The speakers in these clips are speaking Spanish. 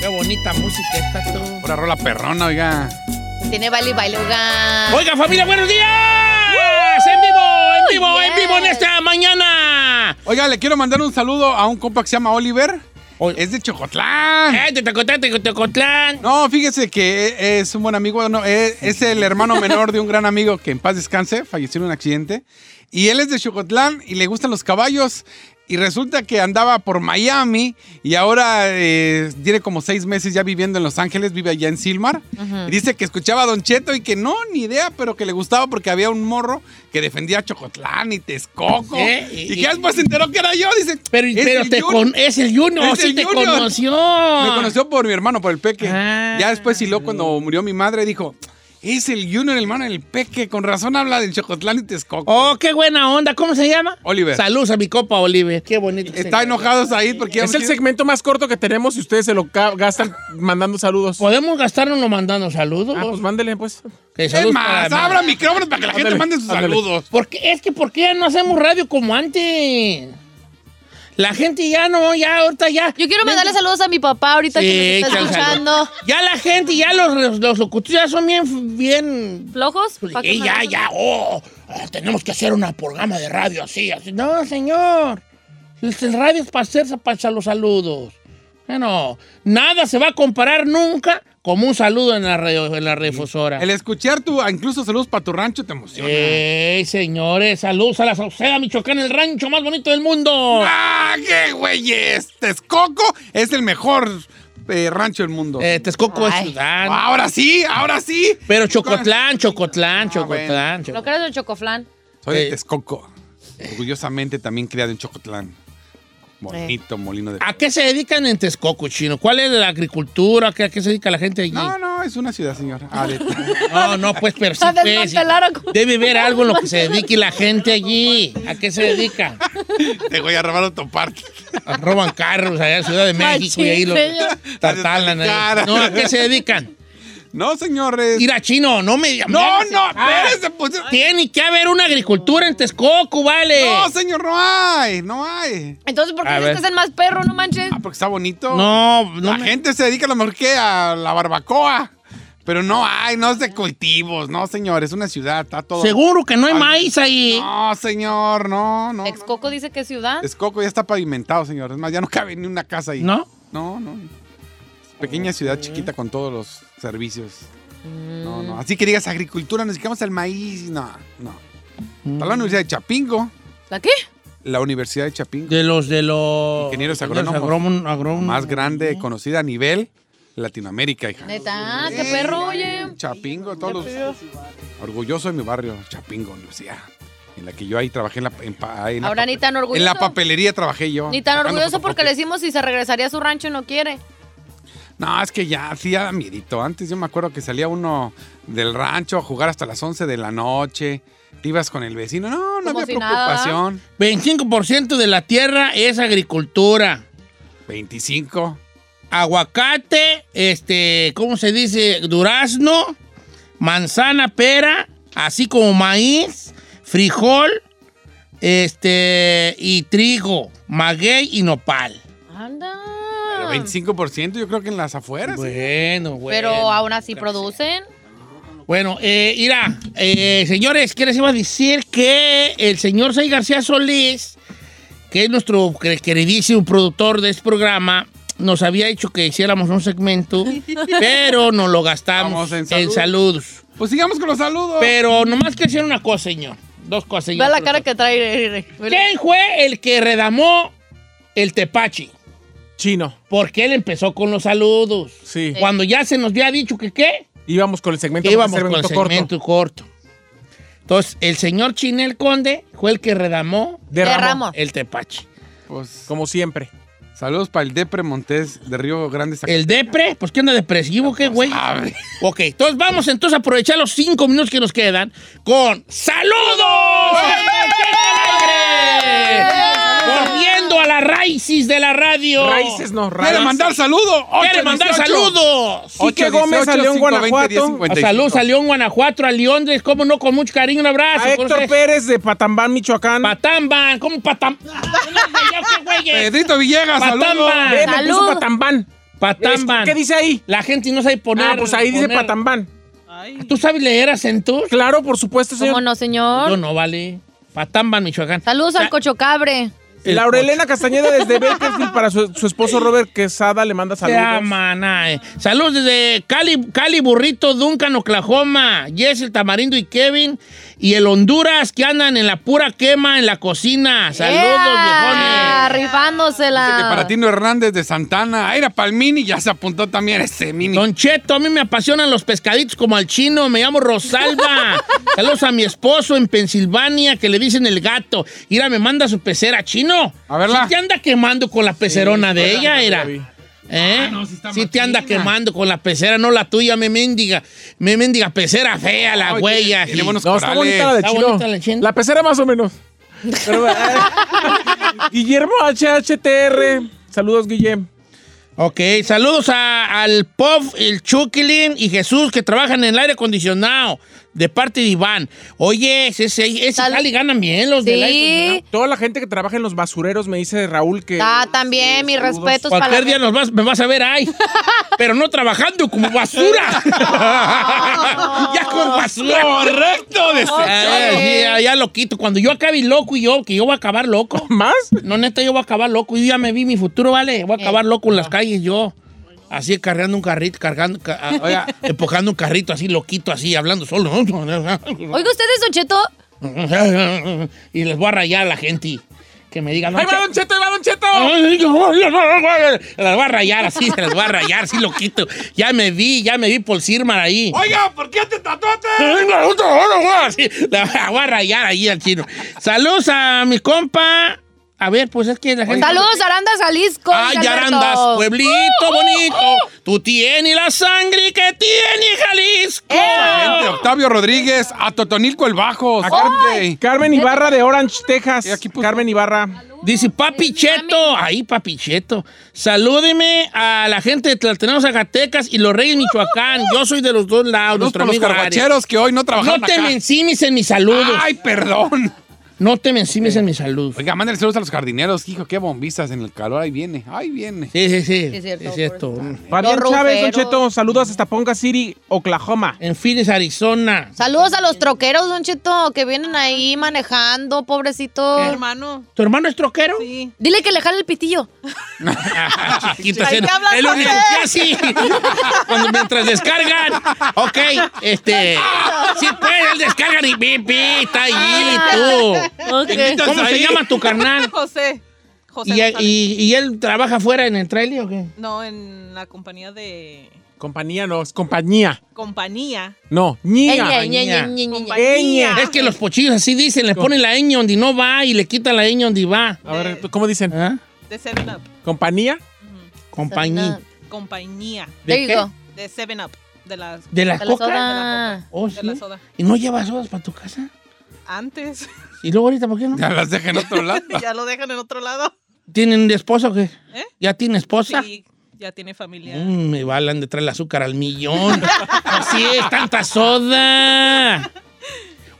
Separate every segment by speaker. Speaker 1: Qué bonita música está tú.
Speaker 2: Pura rola perrona, oiga.
Speaker 3: Tiene baile y baile, oiga.
Speaker 1: Oiga, familia, buenos días. En vivo, en vivo, en
Speaker 3: yes.
Speaker 1: vivo en esta mañana.
Speaker 2: Oiga, le quiero mandar un saludo a un compa que se llama Oliver.
Speaker 1: Ol-
Speaker 2: Es de Chocotlán.
Speaker 1: Eh, te Tecotlán, te Tecotlán.
Speaker 2: No, fíjese que eh, es un buen amigo, no, es, es el hermano menor de un gran amigo que en paz descanse, falleció en un accidente. Y él es de Chocotlán y le gustan los caballos. Y resulta que andaba por Miami y ahora eh, tiene como seis meses ya viviendo en Los Ángeles, vive allá en Silmar. Y Dice que escuchaba a Don Cheto y que no, ni idea, pero que le gustaba porque había un morro que defendía a Chocotlán y Texcoco.
Speaker 1: ¿Eh?
Speaker 2: Y, que después se enteró que era yo, dice.
Speaker 1: Pero,
Speaker 2: "Es
Speaker 1: pero
Speaker 2: el
Speaker 1: te
Speaker 2: Junior".
Speaker 1: con- es el Junior,
Speaker 2: Es
Speaker 1: sí
Speaker 2: el
Speaker 1: te
Speaker 2: Junior.
Speaker 1: conoció.
Speaker 2: Me conoció por mi hermano, por el peque.
Speaker 1: Ah.
Speaker 2: Ya después hiló cuando murió mi madre, dijo, es el Junior, el hermano del peque. Con razón habla del Chocotlán y Texcoco.
Speaker 1: Oh, qué buena onda. ¿Cómo se llama?
Speaker 2: Oliver.
Speaker 1: Saludos a mi copa, Oliver. Qué bonito.
Speaker 2: Está enojado Said porque... ya
Speaker 4: Es
Speaker 2: me
Speaker 4: el
Speaker 2: tiene-
Speaker 4: segmento más corto que tenemos y ustedes se lo ca- gastan mandando saludos.
Speaker 1: ¿Podemos gastarnos mandando saludos?
Speaker 4: Ah, pues mándele, pues.
Speaker 1: Que
Speaker 2: Es
Speaker 1: saludos
Speaker 2: más,
Speaker 1: para-
Speaker 2: abra micrófonos para que la gente
Speaker 4: Ándale,
Speaker 2: mande sus
Speaker 4: ándale.
Speaker 2: saludos.
Speaker 1: Porque es que ¿por qué ya no hacemos radio como antes? La gente ya no, ya ahorita ya.
Speaker 3: Yo quiero mandarle saludos a mi papá ahorita
Speaker 1: Sí,
Speaker 3: que nos está
Speaker 1: échale
Speaker 3: escuchando.
Speaker 1: saludos. Ya la gente, ya los, los, los locutores ya son bien, bien.
Speaker 3: ¿Flojos? ¿Pa' qué
Speaker 1: Eh, ya,
Speaker 3: mandas?
Speaker 1: ya, oh, ah, tenemos que hacer una programa de radio así, así. No, señor. El radio es para hacerse para echar los saludos. Bueno, nada se va a comparar nunca como un saludo en la radio, en la radiofusora.
Speaker 2: El escuchar tu, ah, incluso saludos para tu rancho te emociona.
Speaker 1: ¡Ey, señores! ¡Saludos a la Sauceda, Michoacán, el rancho más bonito del mundo!
Speaker 2: ¡Ah, qué güeyes! Texcoco es el mejor eh, rancho del mundo.
Speaker 1: Eh, Texcoco es
Speaker 3: Ay.
Speaker 1: ciudad.
Speaker 2: Ahora sí, ahora sí.
Speaker 1: Pero Chocotlán,
Speaker 2: Ah,
Speaker 1: Chocotlán, Chocotlán.
Speaker 3: No
Speaker 1: Chocotlán.
Speaker 3: creas el chocoflan.
Speaker 2: Soy de
Speaker 1: Eh.
Speaker 2: Texcoco. Orgullosamente también criado en Chocotlán. Bonito
Speaker 1: Eh.
Speaker 2: molino de...
Speaker 1: ¿A qué se dedican en Texcoco, chino? ¿Cuál es la agricultura? ¿Qué- ¿A qué se dedica la gente allí?
Speaker 2: No, no, es una ciudad, señor. Ah, de-
Speaker 1: No, no, pues, pero sí,
Speaker 3: A
Speaker 1: pues,
Speaker 3: desmantelar a como-
Speaker 1: Debe ver algo en lo que se dedique la gente allí. ¿A qué se dedica?
Speaker 2: Te voy a robar autoparte.
Speaker 1: Roban carros allá en Ciudad de México y ahí los
Speaker 3: Machín, señor.
Speaker 1: tartalan. ahí. No, ¿a qué se dedican?
Speaker 2: No, señores.
Speaker 1: Ir a chino, no me
Speaker 2: No,
Speaker 1: me-
Speaker 2: no,
Speaker 1: Ah,
Speaker 2: espérese, pues.
Speaker 1: Tiene que haber una agricultura en Texcoco, vale.
Speaker 2: No, señor, no hay, no hay.
Speaker 3: Entonces, ¿por qué
Speaker 1: A
Speaker 3: dices
Speaker 1: ver.
Speaker 3: que es el más perro? No manches.
Speaker 2: Ah, porque está bonito.
Speaker 1: No, no.
Speaker 2: La
Speaker 1: me-
Speaker 2: gente se dedica a lo mejor que a la barbacoa. Pero no hay, no es de cultivos. No, señor, es una ciudad, está todo.
Speaker 1: Seguro que no hay
Speaker 2: Ay,
Speaker 1: maíz ahí.
Speaker 2: No, señor, no, no. no.
Speaker 3: Texcoco dice que es ciudad.
Speaker 2: Texcoco ya está pavimentado, señor. Es más, ya no cabe ni una casa ahí.
Speaker 1: ¿No?
Speaker 2: No, no. Pequeña ciudad chiquita con todos los servicios. No,
Speaker 3: Mm.
Speaker 2: no. Así que digas agricultura, nos dedicamos al maíz. No, no.
Speaker 3: Mm.
Speaker 2: Está la Universidad de Chapingo.
Speaker 3: ¿La qué?
Speaker 2: La Universidad de Chapingo.
Speaker 1: De los de los
Speaker 2: Ingenieros
Speaker 1: ingenieros
Speaker 2: agrónomos.
Speaker 1: agrón- agrón-
Speaker 2: más grande, conocida a nivel Latinoamérica, hija.
Speaker 3: Neta, ah, qué perro, oye.
Speaker 2: Chapingo, todos los... Orgulloso de mi barrio, Chapingo, Universidad. En la que yo ahí trabajé en la... en pa- en la
Speaker 3: Ahora
Speaker 2: papel-
Speaker 3: ni tan orgulloso.
Speaker 2: En la papelería trabajé
Speaker 1: Ah,
Speaker 2: yo.
Speaker 3: Ni tan
Speaker 1: pues
Speaker 2: sacando
Speaker 3: orgulloso porque le
Speaker 2: fotocopias.
Speaker 3: decimos si se regresaría a su rancho y no quiere.
Speaker 2: No, es que ya, sí, ya da miedito. Antes yo me acuerdo que salía uno del rancho a jugar hasta las 11 de la noche. Te ibas con el vecino. No, no
Speaker 3: Como
Speaker 2: había
Speaker 3: si
Speaker 2: preocupación.
Speaker 1: 25% de la tierra es agricultura.
Speaker 2: 25.
Speaker 1: Aguacate, este, ¿cómo se dice? Durazno, manzana, pera, así como maíz, frijol, este, y trigo, maguey y nopal.
Speaker 3: Anda. Ah.
Speaker 2: Pero 25% yo creo que en las afueras.
Speaker 1: Bueno, bueno.
Speaker 3: Pero aún así producen.
Speaker 1: Bueno, eh, mira, eh, señores, ¿qué les iba a decir? Que el señor Say García Solís, que es nuestro cre- queridísimo productor de este programa, nos había dicho que hiciéramos un segmento, pero nos lo gastamos
Speaker 2: Vamos en
Speaker 1: en,
Speaker 2: salud.
Speaker 1: saludos.
Speaker 2: Pues sigamos con los saludos.
Speaker 1: Pero nomás que hacer una cosa, señor. Dos cosas, señor.
Speaker 3: Ve la cara que trae.
Speaker 1: ¿Quién fue el que redamó el tepachi?
Speaker 4: Chino,
Speaker 1: Porque él empezó con los saludos.
Speaker 4: sí.
Speaker 1: Cuando ya se nos había dicho que qué,
Speaker 4: Íbamos con el segmento
Speaker 1: íbamos
Speaker 4: para hacer
Speaker 1: con el
Speaker 4: evento
Speaker 1: segmento
Speaker 4: corto.
Speaker 1: corto. Entonces, el señor Chinel Conde fue el que redamó
Speaker 4: De Ramo,
Speaker 3: Ramos.
Speaker 1: el tepache.
Speaker 2: Pues,
Speaker 4: Como siempre.
Speaker 2: saludos para el Depre Montés de Río Grande. Ah, Zac-
Speaker 1: El depre, pues ¿qué onda depresivo, qué güey?
Speaker 2: sabe.
Speaker 1: Ok, entonces vamos entonces a aprovechar los cinco minutos que nos quedan con ¡Saludos! ¡Al Marqués al aire! Volviendo a las raíces de la radio.
Speaker 4: Raíces no,
Speaker 2: ¡Quiere
Speaker 4: raíces.
Speaker 2: mandar saludos!
Speaker 1: ¡Quiere mandar saludos!
Speaker 4: Quique Gómez a León, Guanajuato.
Speaker 1: A Saludos a León, Guanajuato, a Londres, cómo no, con mucho cariño, un abrazo.
Speaker 4: A Héctor
Speaker 1: Entonces,
Speaker 4: Pérez de Patambán, Michoacán.
Speaker 1: Patamban, ¿cómo Patamban? ¿Qué güeyes?
Speaker 2: Pedrito Villegas, saludos.
Speaker 1: Patamba.
Speaker 4: Eh, me puso
Speaker 3: Salud.
Speaker 4: Patambán.
Speaker 1: Patamban.
Speaker 4: ¿Qué dice ahí?
Speaker 1: La gente no sabe poner.
Speaker 4: ah, pues ahí dice
Speaker 1: poner-
Speaker 4: patambán.
Speaker 1: ¿Tú sabes leer acentos?
Speaker 4: Claro, por supuesto,
Speaker 3: ¿Cómo
Speaker 4: señor.
Speaker 3: no, señor?
Speaker 1: Yo no, vale. Patamban, Michoacán.
Speaker 3: Saludos al cochocabre.
Speaker 1: El
Speaker 4: Laura Elena Castañeda desde Bakersfield para su, su esposo Robert Quesada le manda
Speaker 1: Te
Speaker 4: saludos.
Speaker 1: ama, nae. Saludos desde Cali, Cali, Burrito, Duncan, Oklahoma. Jess, el Tamarindo y Kevin. Y el Honduras que andan en la pura quema en la cocina. Saludos,
Speaker 3: ¡Ea!
Speaker 1: viejones.
Speaker 3: Rifándosela.
Speaker 2: Dice que para Tino Hernández de Santana, Aira Palmini, ya se apuntó también este mini.
Speaker 1: Don Cheto, a mí me apasionan los pescaditos como al chino. Me llamo Rosalba. Saludos a mi esposo en Pensilvania que le dicen el gato. Ira, me manda su pecera chino.
Speaker 2: A verla.
Speaker 1: ¿Sí te anda quemando con la pecerona de
Speaker 4: hola,
Speaker 1: ella,
Speaker 4: la
Speaker 1: era.
Speaker 4: vi.
Speaker 1: ¿Eh?
Speaker 2: Ah, no, sí está
Speaker 1: sí te anda
Speaker 2: machina.
Speaker 1: quemando con la pecera, no la tuya, me mendiga. Me mendiga pecera fea, la
Speaker 2: Oye,
Speaker 1: huella.
Speaker 2: tiene buenos
Speaker 4: No, está bonita la de
Speaker 1: Está
Speaker 4: Chino.
Speaker 1: bonita la de Chino.
Speaker 4: La pecera más o menos. Pero, eh,
Speaker 1: ah,
Speaker 4: Guillermo HHTR. Saludos, Guillem.
Speaker 1: Ok, saludos a- al Pop, el Chuquilín y Jesús que trabajan en el aire acondicionado de parte de Iván. Oye, ese, ese, ese
Speaker 3: Sal-
Speaker 1: jale ganan bien los del aire
Speaker 3: Sí.
Speaker 1: acondicionado.
Speaker 4: Toda la gente que trabaja en los basureros me dice Raúl que.
Speaker 3: Ah, también, mis
Speaker 4: saludos.
Speaker 3: respetos para la
Speaker 1: Cualquier día nos vas, me vas a ver ahí, pero no trabajando como basura. ya con basura.
Speaker 2: Correcto, de
Speaker 1: Ah, sí, ya, ya lo quito. Cuando yo acabe loco y yo, que yo voy a acabar loco.
Speaker 4: ¿Más?
Speaker 1: No, neta, yo voy a acabar loco. Yo ya me vi mi futuro, ¿vale? Voy a acabar loco en las calles yo. Así cargando un carrito, cargando, ca- ah, oiga, empujando un carrito así loquito, así, hablando solo.
Speaker 3: Oiga, ustedes, Don Cheto,
Speaker 1: y les voy a rayar a la gente que me digan.
Speaker 4: ¡Ahí va Don Cheto! ¡Ahí va Don Cheto!
Speaker 1: Ay, no, no, no, no, Se las voy a rayar así, se las voy a rayar así loquito. Ya me vi, ya me vi por Sirmar ahí.
Speaker 2: Oiga, ¿por qué te tatuaste?
Speaker 1: Así, La voy a rayar ahí al chino. Saludos a mi compa. A ver, pues es que la gente.
Speaker 3: saludos, Arandas, Jalisco.
Speaker 1: Ay,
Speaker 3: dice Alberto. Uh,
Speaker 1: Arandas, pueblito bonito. Tú tienes la sangre que tiene Jalisco.
Speaker 2: Gente, Octavio Rodríguez, a Totonilco el Bajo, suerte.
Speaker 4: Carmen Ibarra de Orange, Texas.
Speaker 2: Y aquí puso-
Speaker 4: Carmen Ibarra.
Speaker 1: Dice Papi Cheto. Ahí, Papi Cheto. Salúdeme a la gente de Tlaltenango, Zacatecas y los Reyes Michoacán. Yo soy de los dos lados.
Speaker 2: Saludos
Speaker 1: nuestro
Speaker 2: por los
Speaker 1: amigo Ares.
Speaker 2: carguacheros que hoy no trabajaron
Speaker 1: No te me
Speaker 2: acá.
Speaker 1: encimes en mis saludos.
Speaker 2: Ay, perdón.
Speaker 1: No te me encimes en mis saludos.
Speaker 2: Oiga, mándale saludos a los jardineros, hijo, qué bombistas en el calor, ahí viene, ahí viene.
Speaker 1: Sí, sí, sí.
Speaker 3: es cierto,
Speaker 1: es cierto.
Speaker 3: por
Speaker 4: Fabián
Speaker 3: Los
Speaker 4: Chávez, Don
Speaker 3: ruferos.
Speaker 4: Cheto. Saludos hasta Ponca City, Oklahoma.
Speaker 1: En Phoenix, Arizona.
Speaker 3: Saludos a los troqueros, Don Cheto, que vienen ahí manejando, pobrecito.
Speaker 5: hermano.
Speaker 1: ¿Tu hermano es troquero? Ah,
Speaker 5: Sí.
Speaker 3: Dile que le jale el pitillo.
Speaker 1: Quítate.
Speaker 5: Ahí te hablas
Speaker 1: El
Speaker 5: con
Speaker 1: único
Speaker 5: él.
Speaker 1: que así. Cuando mientras descargan. Ok, este. Sí, pues, él descarga y pipi, está ahí, tú. ¿Cómo se
Speaker 2: ahí.
Speaker 1: llama tu carnal?
Speaker 5: Ah, José. José.
Speaker 1: Ah, ¿Y,
Speaker 5: González.
Speaker 1: y- y él trabaja afuera en el trailer o qué?
Speaker 5: No, en la compañía de.
Speaker 4: Compañía no, es compañía.
Speaker 5: Compañía.
Speaker 4: No,
Speaker 3: Ñe,
Speaker 4: ñía.
Speaker 3: Ñe, Ñe, Ñe, Ñe, Ñe.
Speaker 5: Compañía.
Speaker 1: Es que los pochillos así dicen, le ponen la ñ donde no va y le quitan la ñ donde va.
Speaker 4: A ver, ¿cómo dicen?
Speaker 1: ¿Ah?
Speaker 5: De 7 Up.
Speaker 4: ¿Compañía?
Speaker 1: Compañía.
Speaker 5: Compañía.
Speaker 1: ¿De
Speaker 3: There
Speaker 1: qué?
Speaker 3: you go.
Speaker 5: De 7 Up. De las.
Speaker 1: ¿De las
Speaker 3: De la
Speaker 1: cocas?
Speaker 3: soda.
Speaker 1: Oh,
Speaker 5: De
Speaker 1: sí.
Speaker 5: la soda.
Speaker 1: ¿Y no llevas horas para tu casa?
Speaker 5: Antes.
Speaker 1: ¿Y luego ahorita por qué no?
Speaker 2: Ya las deja en otro lado.
Speaker 5: ya lo dejan en otro lado.
Speaker 1: ¿Tienen esposa o qué?
Speaker 5: ¿Eh?
Speaker 1: ¿Ya tiene esposa?
Speaker 5: Sí, ya tiene familia.
Speaker 1: Mm, me balan de traer el azúcar al millón. Así es, tanta soda.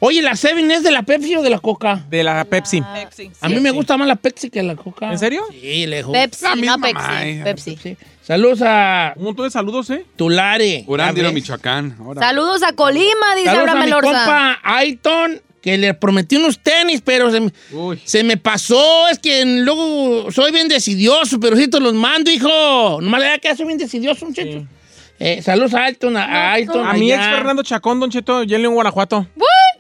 Speaker 1: Oye, ¿la Seven es de la Pepsi o de la Coca?
Speaker 4: De la Pepsi.
Speaker 1: Ah.
Speaker 5: Pepsi.
Speaker 1: A mí me gusta más la Pepsi que la Coca.
Speaker 4: ¿En serio?
Speaker 1: Sí, lejos.
Speaker 3: Pepsi,
Speaker 2: La misma
Speaker 3: no Pepsi.
Speaker 2: madre.
Speaker 3: Pepsi.
Speaker 1: Sí. Saludos a
Speaker 4: Un montón de saludos, ¿eh?
Speaker 1: Tulare.
Speaker 2: Urándiro,
Speaker 1: ¿sabes?
Speaker 2: Michoacán. ahora.
Speaker 3: Saludos a Colima, dice
Speaker 1: Saludos a
Speaker 3: Abraham
Speaker 1: mi
Speaker 3: Elorza.
Speaker 1: compa Aiton, que le prometí unos tenis, pero se, me-
Speaker 4: Uy.
Speaker 1: se me pasó. Es que luego soy bien decidioso, pero sí te los mando, hijo. Nomás le da que soy bien decidioso, muchacho. Eh, saludos a Aiton, a, a Aiton.
Speaker 4: A mi ex
Speaker 1: allá.
Speaker 4: Fernando Chacón, Don Cheto, ya en León, Guanajuato.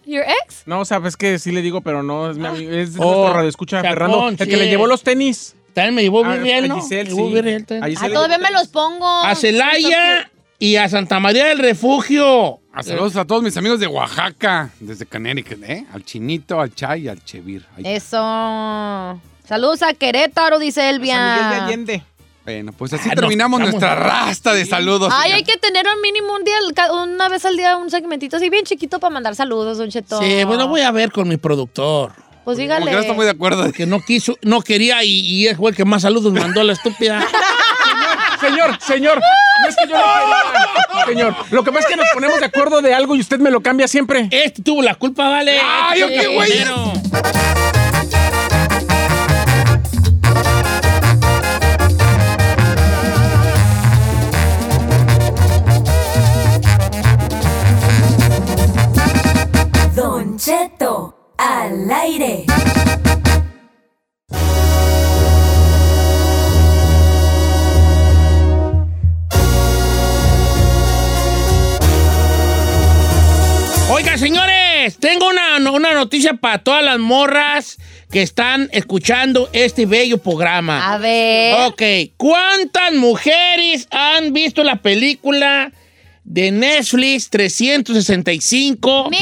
Speaker 3: ¿Your ex?
Speaker 4: No, o sea, pues, es que sí le digo, pero no, es mi amigo, es
Speaker 1: Oh,
Speaker 4: nuestro radioescucha
Speaker 1: Chacón,
Speaker 4: Fernando, el que
Speaker 1: sí.
Speaker 4: le llevó los tenis.
Speaker 1: También me llevó
Speaker 4: A-
Speaker 1: bien, bien,
Speaker 4: a
Speaker 1: ¿no? Me
Speaker 4: Giselle,
Speaker 1: llevó
Speaker 4: sí.
Speaker 1: bien él también.
Speaker 4: A Giselle
Speaker 3: Ah,
Speaker 4: le
Speaker 3: todavía
Speaker 4: llevó
Speaker 3: me los pongo.
Speaker 1: A Celaya y a Santa María del Refugio.
Speaker 2: A Ah, saludos a todos mis amigos de Oaxaca, desde Connecticut, ¿eh? Al Chinito, al Chay y al Chevir. Ay,
Speaker 3: Eh. Eso. Saludos a Querétaro, dice
Speaker 4: tenis. San Miguel de
Speaker 3: Elvia.
Speaker 4: Allende.
Speaker 2: Bueno, pues así
Speaker 1: Ah, nos
Speaker 2: terminamos
Speaker 1: estamos-
Speaker 2: nuestra rasta de saludos.
Speaker 3: Ay,
Speaker 2: oiga.
Speaker 3: hay que tener al mínimo un día, ca- una vez al día, un segmentito así bien chiquito para mandar saludos, Don Cheto.
Speaker 1: Sí, bueno, voy a ver con mi productor.
Speaker 2: Como
Speaker 3: Pues dígale.
Speaker 2: que no está muy de acuerdo.
Speaker 1: Que no quiso, no quería y, y él fue el que más saludos mandó a la estúpida.
Speaker 4: Señor, señor, no es que yo le caiga. Señor, lo que pasa es que nos ponemos de acuerdo de algo y usted me lo cambia siempre.
Speaker 1: Este tuvo la culpa, vale.
Speaker 2: Ay,
Speaker 1: Este
Speaker 2: ¿o qué, güey?
Speaker 1: dinero. una, no- una noticia para todas las morras que están escuchando este bello programa.
Speaker 3: A ver.
Speaker 1: Ok, ¿cuántas mujeres han visto la película de Netflix 365?
Speaker 3: ¡Mi!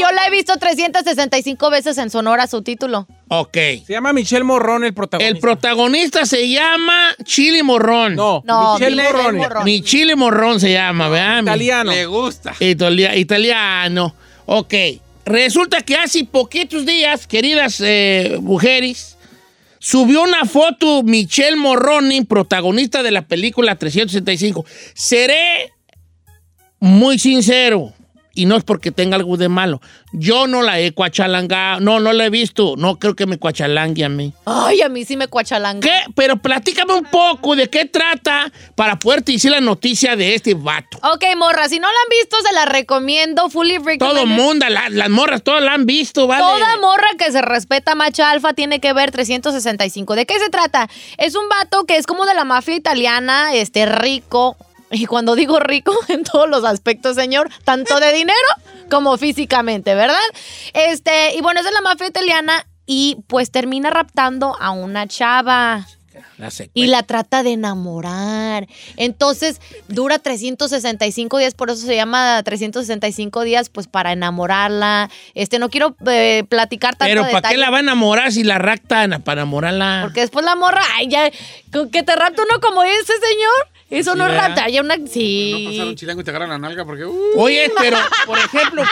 Speaker 3: Yo la he visto 365 veces en Sonora su título.
Speaker 1: Ok.
Speaker 4: Se llama Michelle Morrón el protagonista.
Speaker 1: El protagonista se llama Chili Morrón.
Speaker 4: No,
Speaker 3: No,
Speaker 4: Michelle
Speaker 3: Michelle
Speaker 4: Morrón.
Speaker 3: Morrón.
Speaker 1: Mi Chili Morrón se llama, ¿verdad? Mi-
Speaker 4: Italiano.
Speaker 2: Le gusta.
Speaker 1: Italia- italiano. Ok. Resulta que hace poquitos días, queridas eh, mujeres, subió una foto Michelle Morroni, protagonista de la película 365. Seré muy sincero. Y no es porque tenga algo de malo. Yo no la he cuachalangado. No, no la he visto. No creo que me cuachalangue a mí.
Speaker 3: Ay, a mí sí me cuachalanga.
Speaker 1: ¿Qué? Pero platícame un poco de qué trata para poderte decir la noticia de este vato.
Speaker 3: Ok, morra, si no la han visto, se la recomiendo. Fully
Speaker 1: Todo
Speaker 3: recommended.
Speaker 1: mundo, la- las morras, todas la han visto, ¿vale?
Speaker 3: Toda morra que se respeta macha alfa tiene que ver 365. ¿De qué se trata? Es un vato que es como de la mafia italiana, este rico. Y cuando digo rico, en todos los aspectos, señor, tanto de dinero como físicamente, ¿verdad? Este, y bueno, es de la mafia italiana y pues termina raptando a una chava
Speaker 1: La
Speaker 3: y
Speaker 1: secuela.
Speaker 3: la trata de enamorar. Entonces, dura 365 días, por eso se llama 365 días, pues para enamorarla. Este, no quiero eh, platicar tanto
Speaker 1: Pero ¿para
Speaker 3: detalle,
Speaker 1: qué la va a enamorar si la ractan? Para enamorarla.
Speaker 3: Porque después la morra, ay, ya, con que te rapta uno como ese señor, eso
Speaker 1: Sí,
Speaker 3: no es
Speaker 1: ¿verdad?
Speaker 3: rapta, ya una,
Speaker 2: Pues No pasaron
Speaker 3: sí.
Speaker 2: chilango y te agarran la nalga porque. uh,
Speaker 1: Oye, pero, por ejemplo,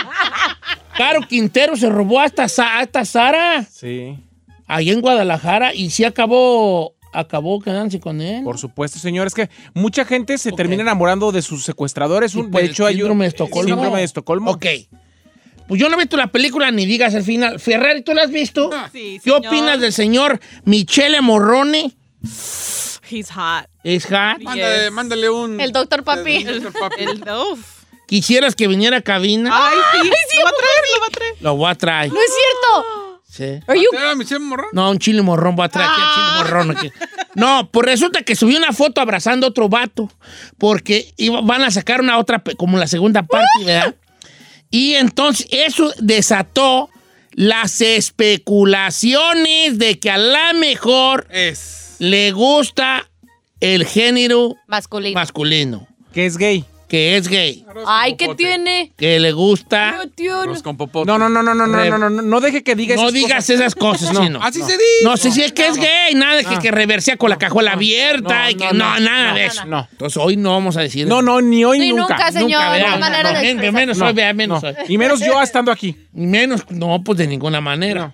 Speaker 1: Caro Quintero se robó hasta, hasta Sara
Speaker 4: Sí.
Speaker 1: ahí en Guadalajara y sí acabó, acabó quedándose con él.
Speaker 4: Por supuesto, señor. Es que mucha gente se termina enamorando de sus secuestradores.
Speaker 1: Sí,
Speaker 4: Un-
Speaker 1: por
Speaker 4: de
Speaker 1: pues, el
Speaker 4: hecho, hay un
Speaker 1: síndrome de Estocolmo.
Speaker 4: síndrome de Estocolmo.
Speaker 1: Ok. Pues yo no he visto la película ni digas el final. Ferrari, ¿tú la has visto?
Speaker 5: Ah, Sí,
Speaker 1: ¿Qué
Speaker 5: señor.
Speaker 1: opinas del señor Michele Morrone?
Speaker 5: He's hot.
Speaker 1: Es hot.
Speaker 2: Mándale,
Speaker 5: Yes.
Speaker 2: mándale un.
Speaker 3: El doctor papi.
Speaker 2: El doctor papi. Ah,
Speaker 5: El, uf.
Speaker 1: ¿Quisieras que viniera a cabina?
Speaker 5: Ay, sí. lo va a traer, lo va a traer.
Speaker 1: Lo voy a traer.
Speaker 3: No es cierto.
Speaker 1: Sí.
Speaker 3: Are you-
Speaker 2: ¿Era Michelle Morrón?
Speaker 1: No, un chile morrón va a traer aquí al
Speaker 4: Ah.
Speaker 1: chile morrón. aquí. No, pues resulta que subió una foto abrazando a otro vato, porque iba- van a sacar una otra, pe- como la segunda parte, ¿verdad? Y entonces eso desató las especulaciones de que a la mejor
Speaker 2: Es.
Speaker 1: le gusta el género
Speaker 3: Masculino.
Speaker 1: masculino,
Speaker 4: Que es gay.
Speaker 1: que es gay,
Speaker 3: Ay, ¿qué tiene?
Speaker 1: que le gusta...
Speaker 3: No tiene.
Speaker 2: Los con popote.
Speaker 4: No, no, no, no, no, no,
Speaker 1: Re-
Speaker 4: no, no, no, no deje que diga
Speaker 1: No
Speaker 4: esas
Speaker 1: digas
Speaker 4: cosas.
Speaker 1: esas cosas,
Speaker 4: No.
Speaker 1: chino.
Speaker 2: Así se dice.
Speaker 1: No, sí, sí, es que es gay, nada de que, que reversea con la cajuela abierta
Speaker 4: no,
Speaker 1: y que
Speaker 4: no,
Speaker 1: no,
Speaker 4: no,
Speaker 1: nada
Speaker 4: no,
Speaker 1: de
Speaker 3: no,
Speaker 1: eso.
Speaker 4: no.
Speaker 1: Entonces hoy no vamos a decir.
Speaker 4: No, no, ni hoy
Speaker 3: Ni
Speaker 4: ni
Speaker 3: nunca,
Speaker 4: nunca.
Speaker 3: señor.
Speaker 1: nunca,
Speaker 3: no
Speaker 1: ¿verdad?
Speaker 3: hay manera de
Speaker 1: Men-
Speaker 3: expresar.
Speaker 1: menos
Speaker 4: No,
Speaker 1: hoy, vea, menos
Speaker 4: no.
Speaker 1: hoy.
Speaker 4: Y menos yo estando aquí.
Speaker 1: Y menos, no, pues de ninguna manera.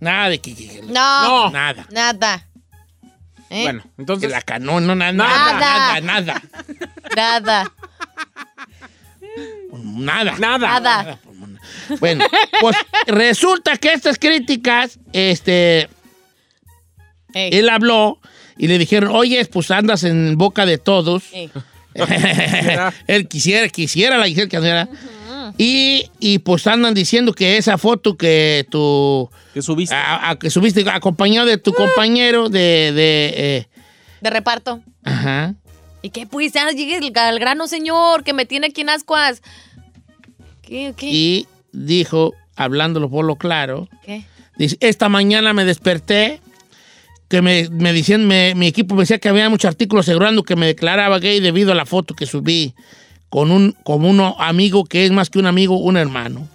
Speaker 1: Nada de que, que- que-
Speaker 3: No,
Speaker 4: No.
Speaker 1: nada.
Speaker 3: nada. ¿Eh?
Speaker 4: Bueno,
Speaker 1: Que
Speaker 4: entonces.
Speaker 1: la canón, no, na- nada,
Speaker 3: Nada.
Speaker 1: nada, nada,
Speaker 3: Nada.
Speaker 1: nada.
Speaker 4: Nada.
Speaker 3: Nada.
Speaker 1: Bueno, pues resulta que estas críticas, este,
Speaker 3: Ey.
Speaker 1: él habló y le dijeron, oye, pues andas en boca de todos.
Speaker 3: Ey.
Speaker 1: Él quisiera, quisiera la Giselle Candela. Y, y pues andan diciendo que esa foto que tu
Speaker 4: Que subiste.
Speaker 1: a- a- que subiste acompañado de tu compañero de, de eh,
Speaker 3: De reparto.
Speaker 1: ajá.
Speaker 3: ¿Y qué pues? Ya llegue el- al grano, señor, que me tiene aquí en ascuas. ¿Qué? ¿Qué?
Speaker 1: Y dijo, hablándolo por lo claro,
Speaker 3: ¿Qué?
Speaker 1: dice, esta mañana me desperté, que me, me decían, me- mi equipo me decía que había muchos artículos asegurando que me declaraba gay debido a la foto que subí con un, con un amigo que es más que un amigo, un hermano.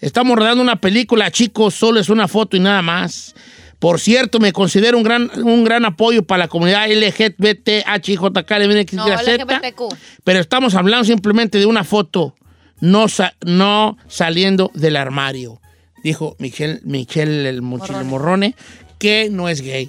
Speaker 1: Estamos rodando una película, chicos, solo es una foto y nada más. Por cierto, me considero un gran, un gran apoyo para la comunidad LGBTHIJK,
Speaker 3: No, la GPTQ.
Speaker 1: pero estamos hablando simplemente de una foto, no, sa- no saliendo del armario, dijo Michelle, Michelle el Morrone. Morrone, que no es gay.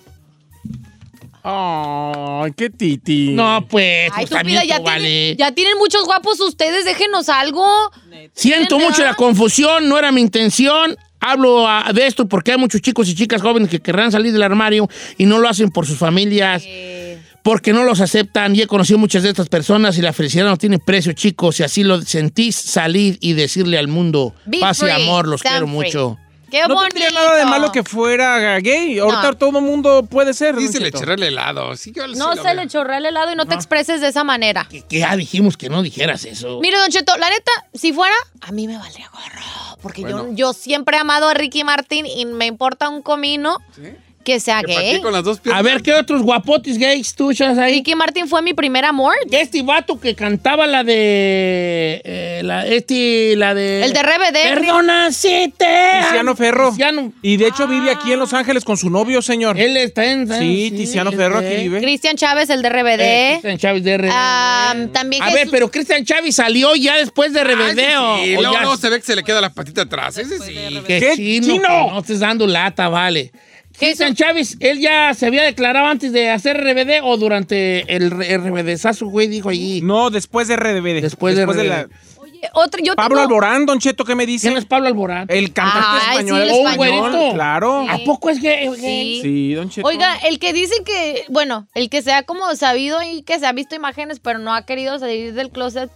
Speaker 4: Ay, qué titi.
Speaker 1: No, pues,
Speaker 3: Ay,
Speaker 1: pues,
Speaker 3: tú
Speaker 1: también
Speaker 3: mira, ya,
Speaker 1: tú, vale.
Speaker 3: tienen, ya tienen muchos guapos ustedes, déjenos algo.
Speaker 5: Neta.
Speaker 1: Siento
Speaker 3: ¿Neta?
Speaker 1: mucho la confusión, no era mi intención. Hablo ah, de esto porque hay muchos chicos y chicas jóvenes que querrán salir del armario y no lo hacen por sus familias.
Speaker 3: Eh,
Speaker 1: porque no los aceptan y he conocido muchas de estas personas y la felicidad no tiene precio, chicos. Si así lo sentís, salid y decirle al mundo,
Speaker 3: Be
Speaker 1: paz y
Speaker 3: free,
Speaker 1: amor, los
Speaker 3: stand
Speaker 1: quiero
Speaker 3: free.
Speaker 1: mucho.
Speaker 3: qué
Speaker 4: No
Speaker 3: bonito.
Speaker 4: tendría nada de malo que fuera gay. Ahorita todo el mundo puede ser.
Speaker 2: Sí, se le
Speaker 4: Don
Speaker 2: echó
Speaker 4: Cheto.
Speaker 2: el helado. Sí, yo
Speaker 3: No
Speaker 2: sí lo
Speaker 3: se
Speaker 2: veo.
Speaker 3: le chorrea el helado y no, te expreses de esa manera.
Speaker 1: Que, que ya dijimos que no dijeras eso.
Speaker 3: Mire, Don Cheto, la neta, si fuera, a mí me valdría gorro. Porque
Speaker 2: Bueno.
Speaker 3: yo, yo siempre he amado a Ricky Martín y me importa un comino
Speaker 2: ¿Sí?
Speaker 3: que sea
Speaker 2: Que partí
Speaker 3: gay.
Speaker 2: con las dos piernas.
Speaker 1: A ver, ¿qué otros guapotis gays tú echas ahí?
Speaker 3: Ricky Martín fue mi primer amor.
Speaker 1: Este vato que cantaba la de. eh, la, este, la de.
Speaker 3: El de RBD.
Speaker 1: Perdona si te. amo.
Speaker 4: Tiziano Ferro.
Speaker 1: Tiziano. Eh,
Speaker 4: Y de hecho vive aquí en
Speaker 3: Ah.
Speaker 4: Los Ángeles con su novio, señor.
Speaker 1: Él está en.
Speaker 4: Sí, Tiziano Ferro aquí vive.
Speaker 3: Cristian Chávez, el de RBD.
Speaker 1: Cristian Chávez de RBD.
Speaker 3: Ah, también
Speaker 1: a
Speaker 3: Jesús-
Speaker 1: ver, pero Cristian Chávez salió ya después de
Speaker 2: Ah, ese
Speaker 1: RBD. o-
Speaker 2: sí,
Speaker 1: o
Speaker 2: luego,
Speaker 1: ya-
Speaker 2: luego se ve que se le queda la patita atrás. Ese sí.
Speaker 1: Qué
Speaker 4: ¡Qué
Speaker 1: chino,
Speaker 4: chino!
Speaker 1: que No estés dando lata, vale. Cristian Chávez, él ya se había declarado antes de hacer RBD o durante el RBDazo, güey, dijo allí.
Speaker 4: No, después de RDB.
Speaker 1: Después de
Speaker 4: la...
Speaker 1: RBD.
Speaker 3: Oye, otro, yo
Speaker 4: Pablo
Speaker 3: tengo-
Speaker 4: Alborán, Don Cheto, ¿qué me
Speaker 1: ¿Quién
Speaker 4: dice?
Speaker 1: es Pablo Alborán?
Speaker 4: El cantante
Speaker 3: Ay, sí,
Speaker 4: español.
Speaker 3: el
Speaker 4: el
Speaker 3: español.
Speaker 1: güerito.
Speaker 4: Claro.
Speaker 1: ¿A poco es que
Speaker 3: Sí.
Speaker 4: Sí, Don Cheto.
Speaker 3: Oiga, el que dice que, bueno, el que se ha como sabido y que se ha visto imágenes, pero no ha querido salir del closet.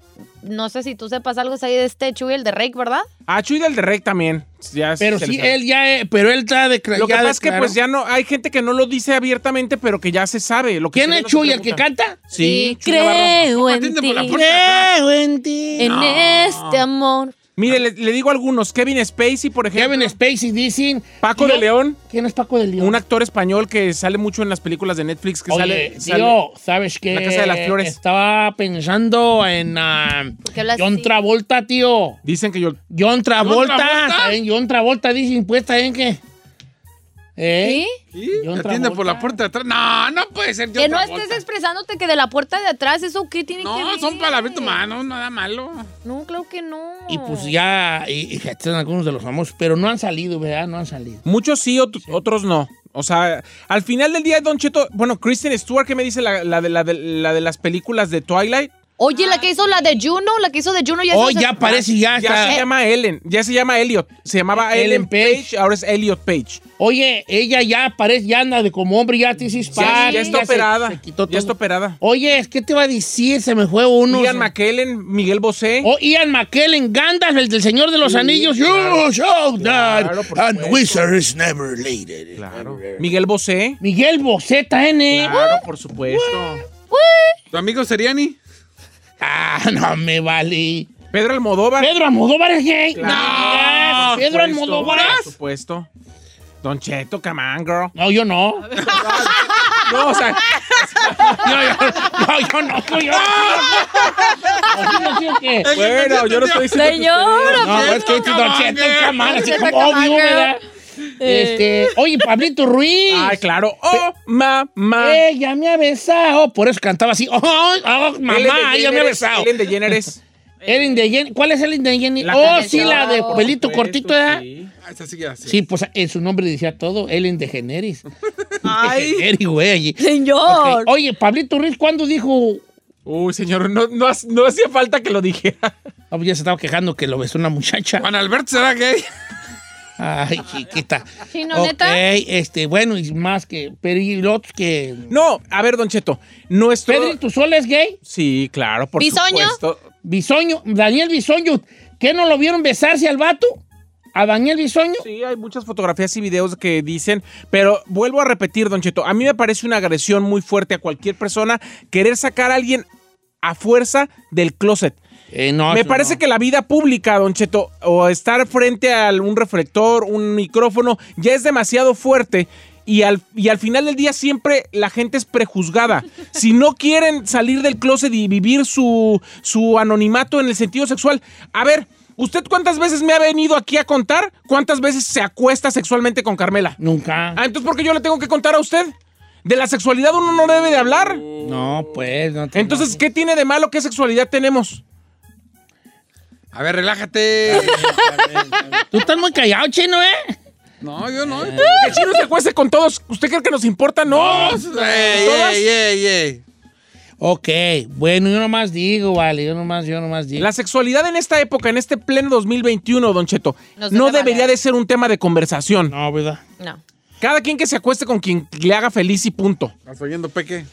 Speaker 3: No sé si tú sepas algo ahí de este Chuy, el de Rake, ¿verdad?
Speaker 4: A Chuy del de Rec también. Ya
Speaker 1: Pero
Speaker 4: se
Speaker 1: sí,
Speaker 4: le sabe.
Speaker 1: él ya, eh, pero él está declarado.
Speaker 4: Lo que pasa es que pues ya no, hay gente que no lo dice abiertamente, pero que ya se sabe. Lo que
Speaker 1: ¿Quién
Speaker 4: se ve
Speaker 1: es
Speaker 4: no se
Speaker 1: Chuy, el que
Speaker 4: pregunta.
Speaker 1: canta?
Speaker 4: Sí, Chuy Navarro.
Speaker 5: Creo en
Speaker 2: Atiende por la
Speaker 5: ti.
Speaker 2: puerta de atrás.
Speaker 1: en ti.
Speaker 5: En este amor.
Speaker 4: Mire, le, le digo algunos. Kevin Spacey, por ejemplo.
Speaker 1: Kevin Spacey dicen.
Speaker 4: Paco de León,
Speaker 1: ¿Quién es Paco de León?
Speaker 4: un actor español que sale mucho en las películas de Netflix, que
Speaker 1: Oye,
Speaker 4: sale, sale-
Speaker 1: tío, ¿sabes qué?
Speaker 4: La Casa de las Flores.
Speaker 1: Estaba pensando en ah,
Speaker 3: ¿Qué hablas
Speaker 1: John
Speaker 3: así?
Speaker 1: Travolta, tío.
Speaker 4: Dicen que yo...
Speaker 1: John Travolta.
Speaker 2: Travolta?
Speaker 1: ¿saben? John Travolta dice impuesta en qué. ¿Eh?
Speaker 3: ¿Sí?
Speaker 2: ¿Sí?
Speaker 1: John
Speaker 2: Atiende por
Speaker 1: Travolta.
Speaker 2: la puerta de atrás. No, no puede ser. yo
Speaker 3: Que no
Speaker 2: Travolta.
Speaker 3: estés expresándote que de la puerta de atrás, ¿eso qué tiene que ver?
Speaker 2: No, son palabritos manos, nada malo.
Speaker 3: No, claro que no.
Speaker 1: Y pues ya, y, y están algunos de los famosos, pero no han salido, ¿verdad? No han salido.
Speaker 4: Muchos sí, ot- otros no. O sea, al final del día, Don Cheto... Bueno, Kristen Stewart, ¿qué me dice la, la de, la, de, la de las películas de Twilight?
Speaker 3: Oye, la que hizo la de Juno, la que hizo de Juno ya
Speaker 1: Hoy
Speaker 3: se-
Speaker 1: Oh, ya parece, ya
Speaker 4: Ya se
Speaker 1: está.
Speaker 4: llama Ellen, ya se llama Elliot. Se llamaba
Speaker 1: Ellen
Speaker 4: Ellen, Page.
Speaker 1: Page,
Speaker 4: ahora es Elliot Page.
Speaker 1: Oye, ella ya parece, ya anda de como hombre, ya te hiciste
Speaker 4: Ya,
Speaker 1: par,
Speaker 4: ya está
Speaker 1: se-
Speaker 4: operada.
Speaker 1: se quitó
Speaker 4: ya está
Speaker 1: todo.
Speaker 4: operada.
Speaker 1: Oye, ¿qué te va a decir? Se me fue uno.
Speaker 4: Ian
Speaker 1: se-
Speaker 4: McKellen, Miguel Bosé.
Speaker 1: O Oh, Ian McKellen, Gandalf, el del Señor de los Anillos. You shall
Speaker 4: Claro,
Speaker 1: not,
Speaker 4: por
Speaker 1: and
Speaker 4: supuesto.
Speaker 1: wizards never related.
Speaker 4: Claro. Miguel Bosé.
Speaker 1: Miguel Boceta, N.
Speaker 4: Claro, por supuesto.
Speaker 3: Ah,
Speaker 2: ¿Tu amigo Seriani?
Speaker 1: Ah, no me vale.
Speaker 4: Pedro Almodóvar.
Speaker 1: Pedro Almodóvar es gay.
Speaker 4: Claro,
Speaker 1: No,
Speaker 4: por
Speaker 1: Pedro
Speaker 4: supuesto,
Speaker 1: Almodóvar.
Speaker 4: Por supuesto. Don Cheto, come on, girl.
Speaker 1: No, yo no.
Speaker 4: No, o sea,
Speaker 1: No, yo no, yo no, yo no. ¿O sí, o sí, o qué?
Speaker 4: bueno, yo no estoy diciendo. que
Speaker 5: Señor.
Speaker 1: No, pues que
Speaker 2: Cheto
Speaker 1: Don Cheto
Speaker 2: Camangue.
Speaker 1: Camán, así
Speaker 3: Cheto
Speaker 1: como obvio,
Speaker 3: Camangue.
Speaker 1: ¿verdad? Este, oye, Pablito Ruiz.
Speaker 4: usted- Eh. Ay, claro. Oh, mamá.
Speaker 1: Ella me ha besado. Por eso cantaba así. Oh, oh, mamá, ella me ha besado.
Speaker 4: Ellen DeGeneres.
Speaker 1: Ellen de Jenny. ¿Cuál es Ellen de Jenny?
Speaker 4: La
Speaker 1: oh,
Speaker 4: canción,
Speaker 1: sí, la de
Speaker 3: por
Speaker 1: pelito cortito, ¿eh? ¿verdad? Sí.
Speaker 4: Sí.
Speaker 2: Ah, esa sí que así.
Speaker 1: pues en su nombre decía todo, Ellen de Generis.
Speaker 4: Ay.
Speaker 1: güey, allí.
Speaker 5: Señor.
Speaker 1: Ok. Oye, Pablito Ruiz, ¿cuándo dijo?
Speaker 4: Uy, señor, no, no, ha- no hacía falta que lo dijera.
Speaker 1: Ah, ya se estaba quejando que lo besó una muchacha.
Speaker 2: Juan Alberto será gay.
Speaker 1: Ay, chiquita.
Speaker 3: Sí, ¿no, neta?
Speaker 1: Ok, este, bueno, y más que. Pero y los otros que.
Speaker 4: No, a ver, Don Cheto. Nuestro.
Speaker 1: Pedro, ¿tu sol es gay?
Speaker 4: Sí, claro, por
Speaker 3: ¿Bisoño?
Speaker 4: supuesto.
Speaker 1: Bisoño, Daniel Bisoño, ¿qué no lo vieron besarse al vato? ¿A Daniel Bisoño?
Speaker 4: Sí, hay muchas fotografías y videos que dicen, pero vuelvo a repetir, Don Cheto, a mí me parece una agresión muy fuerte a cualquier persona querer sacar a alguien a fuerza del closet.
Speaker 1: Eh, no,
Speaker 4: me
Speaker 1: eso
Speaker 4: parece
Speaker 1: no.
Speaker 4: que la vida pública, Don Cheto, o estar frente a un reflector, un micrófono, ya es demasiado fuerte. Y al, y al final del día siempre la gente es prejuzgada. Si no quieren salir del closet y vivir su, su anonimato en el sentido sexual. A ver, ¿usted cuántas veces me ha venido aquí a contar cuántas veces se acuesta sexualmente con Carmela?
Speaker 1: Nunca.
Speaker 4: Ah, entonces ¿por qué yo le tengo que contar a usted? De la sexualidad uno no debe de hablar.
Speaker 1: No, pues, no te-
Speaker 4: Entonces, ¿qué tiene de malo? ¿Qué sexualidad tenemos?
Speaker 2: A ver, relájate.
Speaker 1: Tú estás muy callado, chino, ¿eh?
Speaker 2: No, yo no.
Speaker 4: Que Chino se cueste con todos. ¿Usted cree que nos importa? No.
Speaker 2: Ey,
Speaker 4: Todas.
Speaker 2: ey, ey, ey.
Speaker 1: Ok, bueno, yo nomás digo, vale, yo nomás, yo nomás digo.
Speaker 4: La sexualidad en esta época, en este pleno 2021, Don Cheto,
Speaker 3: Nos
Speaker 4: no
Speaker 3: debe
Speaker 4: debería
Speaker 3: valer.
Speaker 4: de ser un tema de conversación.
Speaker 1: No, ¿verdad?
Speaker 3: No.
Speaker 4: Cada quien que se acueste con quien le haga feliz y punto.
Speaker 2: ¿Estás oyendo, Peque?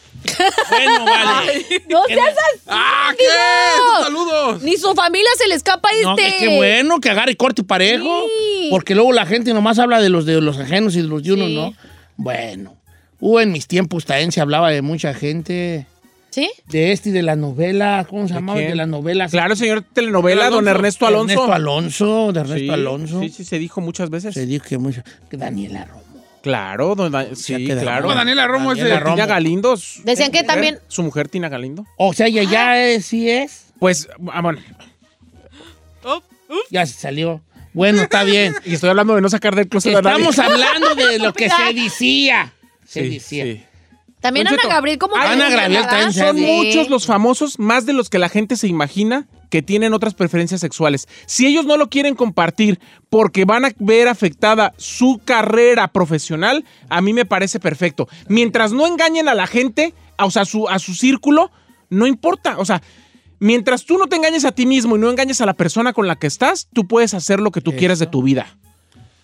Speaker 1: Bueno, vale.
Speaker 3: No seas
Speaker 2: ¡Ah, qué!
Speaker 3: Digo.
Speaker 2: ¡Saludos!
Speaker 3: Ni su familia se le escapa este.
Speaker 1: No, que- qué bueno que agarre corte parejo.
Speaker 3: Sí.
Speaker 1: Porque luego la gente nomás habla de los de los ajenos y de los de uno,
Speaker 3: Sí.
Speaker 1: ¿no? Bueno. Uh, en mis tiempos también se hablaba de mucha gente.
Speaker 3: ¿Sí?
Speaker 1: de este y de la novela, ¿cómo se
Speaker 4: ¿De
Speaker 1: llamaba?
Speaker 4: quién?
Speaker 1: De la novela.
Speaker 4: Claro, señor telenovela, don Ernesto Alonso.
Speaker 1: Ernesto Alonso, de Ernesto
Speaker 4: Sí,
Speaker 1: Alonso.
Speaker 4: Sí, sí, se dijo muchas veces.
Speaker 1: Se dijo que mucho. que Daniela Romo.
Speaker 4: Claro, don Da-
Speaker 1: sea,
Speaker 4: sí,
Speaker 1: que de-
Speaker 4: claro.
Speaker 2: No, Daniela Romo es
Speaker 1: Daniela
Speaker 2: de-
Speaker 1: Romo.
Speaker 4: Tina Galindo. su-
Speaker 3: Decían que
Speaker 4: mujer-
Speaker 3: también-
Speaker 4: Su mujer, Tina Galindo.
Speaker 1: O sea, ya,
Speaker 3: Ah.
Speaker 1: ya eh, sí es.
Speaker 4: Pues, ah, bueno,
Speaker 1: Ya se salió. Bueno, está bien.
Speaker 4: y estoy hablando de no sacar del closet a nadie.
Speaker 1: Estamos hablando de lo que se decía. Se
Speaker 4: Sí,
Speaker 1: decía.
Speaker 4: sí.
Speaker 3: También
Speaker 4: Don
Speaker 3: Ana
Speaker 4: Cheto.
Speaker 3: Gabriel, como
Speaker 1: Ana Gabriel también se
Speaker 4: Son
Speaker 1: Sí.
Speaker 4: muchos los famosos, más de los que la gente se imagina que tienen otras preferencias sexuales. Si ellos no lo quieren compartir porque van a ver afectada su carrera profesional, a mí me parece perfecto. Mientras no engañen a la gente, a- o sea, a su, a su círculo, no importa. O sea, mientras tú no te engañes a ti mismo y no engañes a la persona con la que estás, tú puedes hacer lo que tú quieras de tu vida.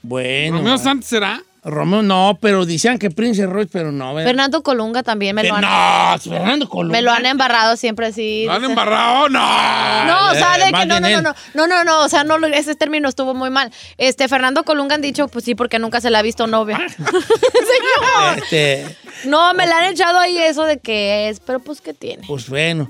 Speaker 1: Bueno.
Speaker 2: Romeo Santos será.
Speaker 1: Romeo no, pero decían que Prince Royce, pero no. ¿verdad?
Speaker 3: Fernando Colunga también me
Speaker 1: Que
Speaker 3: lo han...
Speaker 1: Eh. no, Fernando Colunga.
Speaker 3: Me lo han embarrado siempre así.
Speaker 2: ¿Lo han embarrado? No.
Speaker 3: No, o sea,
Speaker 1: Eh,
Speaker 3: de
Speaker 1: más
Speaker 3: que no,
Speaker 1: bien
Speaker 3: no, no,
Speaker 1: él.
Speaker 3: no, no, no, no, o sea, no, lo- ese término estuvo muy mal. Este, Fernando Colunga han dicho, pues sí, porque nunca se la ha visto novia. Señor.
Speaker 1: Este,
Speaker 3: No, me la han echado ahí eso de que es, pero pues, ¿qué tiene?
Speaker 1: pues bueno.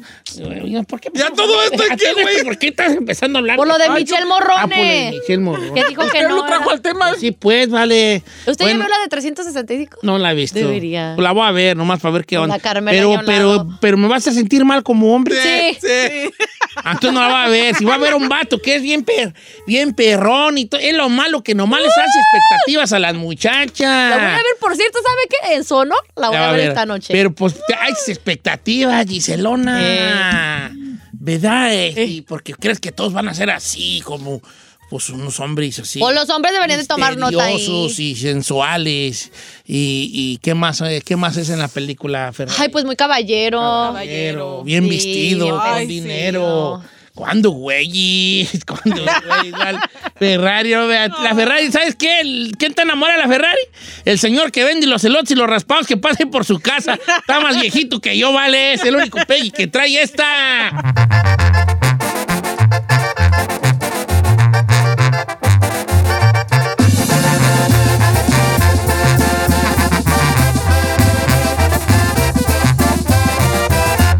Speaker 1: Oigan, ¿Por qué?
Speaker 2: Ya todo esto
Speaker 1: ¿A
Speaker 2: aquí,
Speaker 1: todo esto?
Speaker 2: güey.
Speaker 1: ¿Por qué estás empezando a hablar?
Speaker 3: Por lo de
Speaker 1: Ay,
Speaker 3: Michelle
Speaker 1: Ah, por lo de
Speaker 3: Morrone,
Speaker 1: Michelle Morrone.
Speaker 3: que dijo que
Speaker 4: Él
Speaker 3: no.
Speaker 4: lo trajo
Speaker 3: era-
Speaker 4: al tema.
Speaker 1: Sí, pues, vale.
Speaker 3: ¿Usted ya
Speaker 1: Bueno,
Speaker 3: vio la de 365?
Speaker 1: No la he visto.
Speaker 3: Debería.
Speaker 1: La voy a ver, nomás para ver qué
Speaker 3: Con
Speaker 1: onda.
Speaker 3: la Carmela y
Speaker 1: pero,
Speaker 3: un
Speaker 1: pero,
Speaker 3: lado.
Speaker 1: pero me vas a sentir mal como hombre.
Speaker 3: Sí.
Speaker 2: Sí.
Speaker 1: Ah, Entonces no la va a ver. Si va a ver un vato que es bien, per- bien perrón y todo. Es lo malo que nomás les hace expectativas a las muchachas.
Speaker 3: La voy a ver, por cierto, ¿sabe qué? En su honor, la voy
Speaker 1: Ah. Ya va
Speaker 3: a ver esta noche.
Speaker 1: Pero pues te- hay expectativas,
Speaker 3: Eh.
Speaker 1: Giselona. ¿Verdad? Eh, Y porque crees que todos van a ser así, como pues unos hombres así.
Speaker 3: O los hombres deberían de tomar nota ahí.
Speaker 1: misteriosos y sensuales. Y, y qué más eh, qué más es en la película, Fernanda?
Speaker 3: Ay, pues muy caballero.
Speaker 1: Caballero, bien
Speaker 3: Sí,
Speaker 1: vestido, con
Speaker 3: ay, sí,
Speaker 1: dinero. ¿Cuándo, güey? ¿Cuándo, güey? La Ferrari, no, vea, la Ferrari, ¿sabes qué? El- ¿Quién te enamora de la Ferrari? El señor que vende los elotes y los raspados que pase por su casa. Está más viejito que yo, vale. Es el único Peggy que trae esta.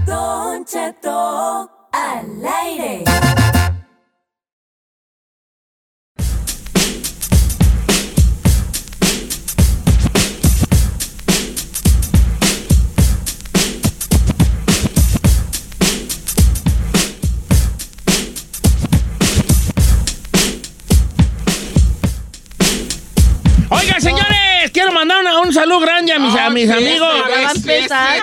Speaker 6: Don Cheto al aire.
Speaker 1: Oiga, señores, quiero mandar una- un saludo grande a mis, a mis amigos.
Speaker 3: este, Ya va a empezar.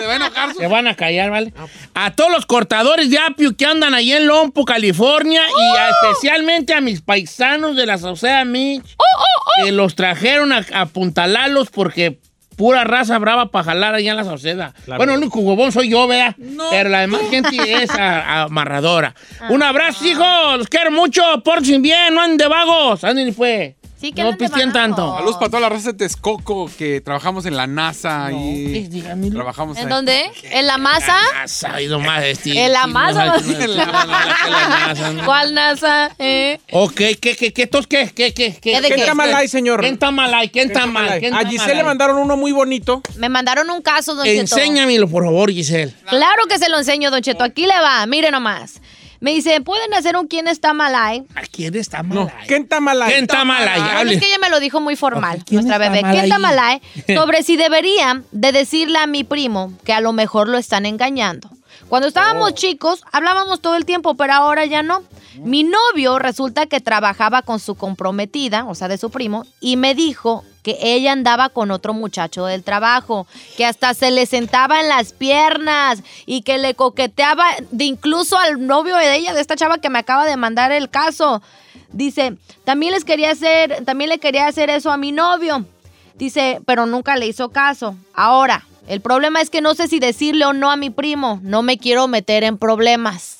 Speaker 2: Te va a enojar. su-
Speaker 1: Se van a callar, ¿vale?
Speaker 3: Ah, pues.
Speaker 1: A todos los cortadores de apio que andan ahí en Lompo, California, y a-
Speaker 3: ¡Oh!
Speaker 1: especialmente a mis paisanos de la Sauceda Mich,
Speaker 3: oh,
Speaker 1: que los trajeron a, a apuntalarlos porque pura raza brava para jalar allá en la Sauceda.
Speaker 4: Claro.
Speaker 1: Bueno, el único huevón soy yo, ¿verdad? Pero la demás gente es a- amarradora.
Speaker 3: Ah.
Speaker 1: Un abrazo, hijos. Los quiero mucho. Pórtense bien, no anden de vagos. Anden, pues.
Speaker 3: Sí, que
Speaker 1: no
Speaker 3: anden de
Speaker 1: pisteen
Speaker 3: vagos.
Speaker 1: tanto.
Speaker 2: Saludos para toda la raza de Texcoco que trabajamos en la NASA
Speaker 1: Sí,
Speaker 2: y
Speaker 1: díganmelo.
Speaker 2: trabajamos
Speaker 3: ¿En
Speaker 2: ahí.
Speaker 3: dónde? ¿En la masa?
Speaker 1: Ah, sabido más de ti.
Speaker 3: En la
Speaker 1: Sí,
Speaker 3: masa.
Speaker 1: no sabes, no sabes, no sabes, en la masa, ¿no?
Speaker 3: ¿Cuál NASA? ¿Eh?
Speaker 1: Ok, ¿qué, qué, qué, tos, qué, qué, qué, qué?
Speaker 3: ¿Qué de
Speaker 4: ¿Quién está mal ahí, señor?
Speaker 1: ¿Quién está mal ahí? ¿Quién está mal? ¿Quién
Speaker 4: A
Speaker 1: está
Speaker 4: Giselle le
Speaker 1: mal ahí?
Speaker 4: mandaron uno muy bonito.
Speaker 3: Me mandaron un caso, don Cheto.
Speaker 1: Enséñamelo, por favor, Giselle.
Speaker 3: Claro que se lo enseño, don Cheto. Aquí le va, mire nomás. Me dice, ¿pueden hacer un quién está mal ahí?
Speaker 1: ¿A quién está mal
Speaker 4: No,
Speaker 1: ahí?
Speaker 4: ¿quién está mal ahí?
Speaker 1: ¿Quién está mal ahí?
Speaker 3: Ah, Bueno,
Speaker 1: Hable.
Speaker 3: es que ella me lo dijo muy formal,
Speaker 1: Ok, ¿quién
Speaker 3: nuestra
Speaker 1: está
Speaker 3: bebé.
Speaker 1: mal
Speaker 3: ¿Quién está
Speaker 1: ahí?
Speaker 3: mal ahí? Sobre si debería de decirle a mi primo que a lo mejor lo están engañando. Cuando estábamos chicos, hablábamos todo el tiempo, pero ahora ya no. Mi novio resulta que trabajaba con su comprometida, o sea, de su primo, y me dijo que ella andaba con otro muchacho del trabajo, que hasta se le sentaba en las piernas y que le coqueteaba de incluso al novio de ella, de esta chava que me acaba de mandar el caso. Dice, también les quería hacer, también le quería hacer eso a mi novio. Dice, pero nunca le hizo caso. Ahora, el problema es que no sé si decirle o no a mi primo. No me quiero meter en problemas.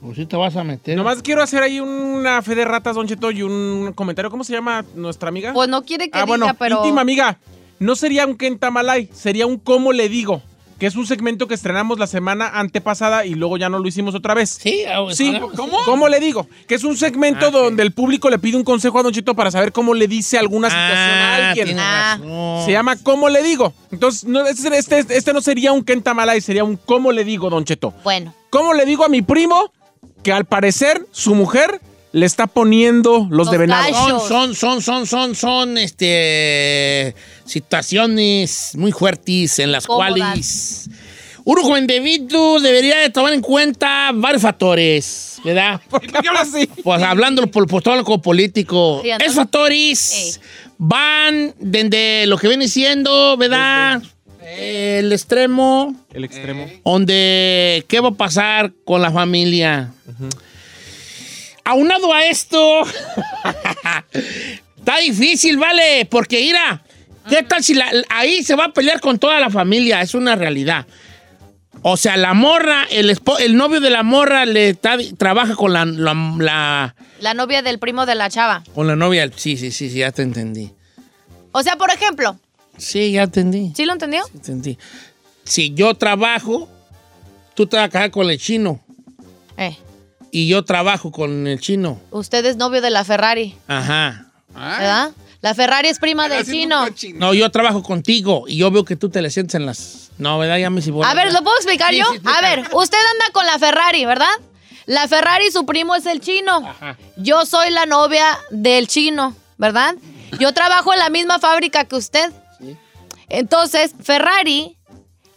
Speaker 1: Pues sí te vas a meter.
Speaker 4: Nomás quiero hacer ahí una fe de ratas, Don Cheto, y un comentario. ¿Cómo se llama nuestra amiga?
Speaker 3: Pues no quiere que
Speaker 4: ah,
Speaker 3: diga,
Speaker 4: bueno,
Speaker 3: pero.
Speaker 4: íntima amiga. No sería un Kentamalay, sería un cómo le digo. que es un segmento que estrenamos la semana antepasada y luego ya no lo hicimos otra vez.
Speaker 1: Sí, ah,
Speaker 4: Sí,
Speaker 1: hagamos-
Speaker 4: ¿cómo? le digo? Que es un segmento
Speaker 1: Ah, sí.
Speaker 4: donde el público le pide un consejo a Don Chito para saber cómo le dice alguna situación a
Speaker 1: Ah,
Speaker 4: alguien.
Speaker 1: tiene
Speaker 3: Ah.
Speaker 1: razón.
Speaker 4: Se llama ¿Cómo le digo? Entonces, no, este, este- este no sería un Kenta Malay, sería un ¿Cómo le digo, Don Cheto?
Speaker 3: Bueno,
Speaker 4: ¿Cómo le digo a mi primo que al parecer su mujer le está poniendo los,
Speaker 3: Los
Speaker 4: de venado?
Speaker 3: gallos.
Speaker 1: Son, son, son, son, son, son, este, situaciones muy fuertes en las
Speaker 3: Cómodas.
Speaker 1: cuales un joven debido debería de tomar en cuenta varios factores, ¿verdad?
Speaker 4: ¿Por qué hablas así?
Speaker 1: Pues hablando por, por todo lo político,
Speaker 3: Sí, entonces-
Speaker 1: esos factores van desde lo que viene siendo, ¿verdad? El extremo,
Speaker 4: El extremo.
Speaker 3: Eh.
Speaker 1: donde qué va a pasar con la familia. Aunado a esto, está difícil, ¿vale? Porque ira, ¿qué tal si la- ahí se va a pelear con toda la familia? Es una realidad. O sea, la morra, el, espo- el novio de la morra le está- trabaja con la- la- la
Speaker 3: la novia del primo de la chava.
Speaker 1: Con la novia, sí, sí, sí, sí, ya te entendí.
Speaker 3: O sea, por ejemplo,
Speaker 1: Sí, ya entendí.
Speaker 3: ¿sí lo entendió?
Speaker 1: entendí. Si yo trabajo, tú trabajas con el chino
Speaker 3: Eh,
Speaker 1: y yo trabajo con el chino.
Speaker 3: usted es novio de la Ferrari,
Speaker 1: Ajá.
Speaker 2: Ah,
Speaker 4: Ah.
Speaker 3: ¿verdad? La Ferrari es prima del chino.
Speaker 1: No, yo trabajo contigo y yo veo que tú te le sientes en las... No, ¿verdad? Ya me si
Speaker 3: A ver, ¿lo puedo explicar
Speaker 1: Sí,
Speaker 3: yo?
Speaker 1: sí, explica.
Speaker 3: A ver, usted anda con la Ferrari, ¿verdad? La Ferrari, su primo es el chino.
Speaker 1: Ajá.
Speaker 3: Yo soy la novia del chino, ¿verdad? Yo trabajo en la misma fábrica que usted. Entonces, Ferrari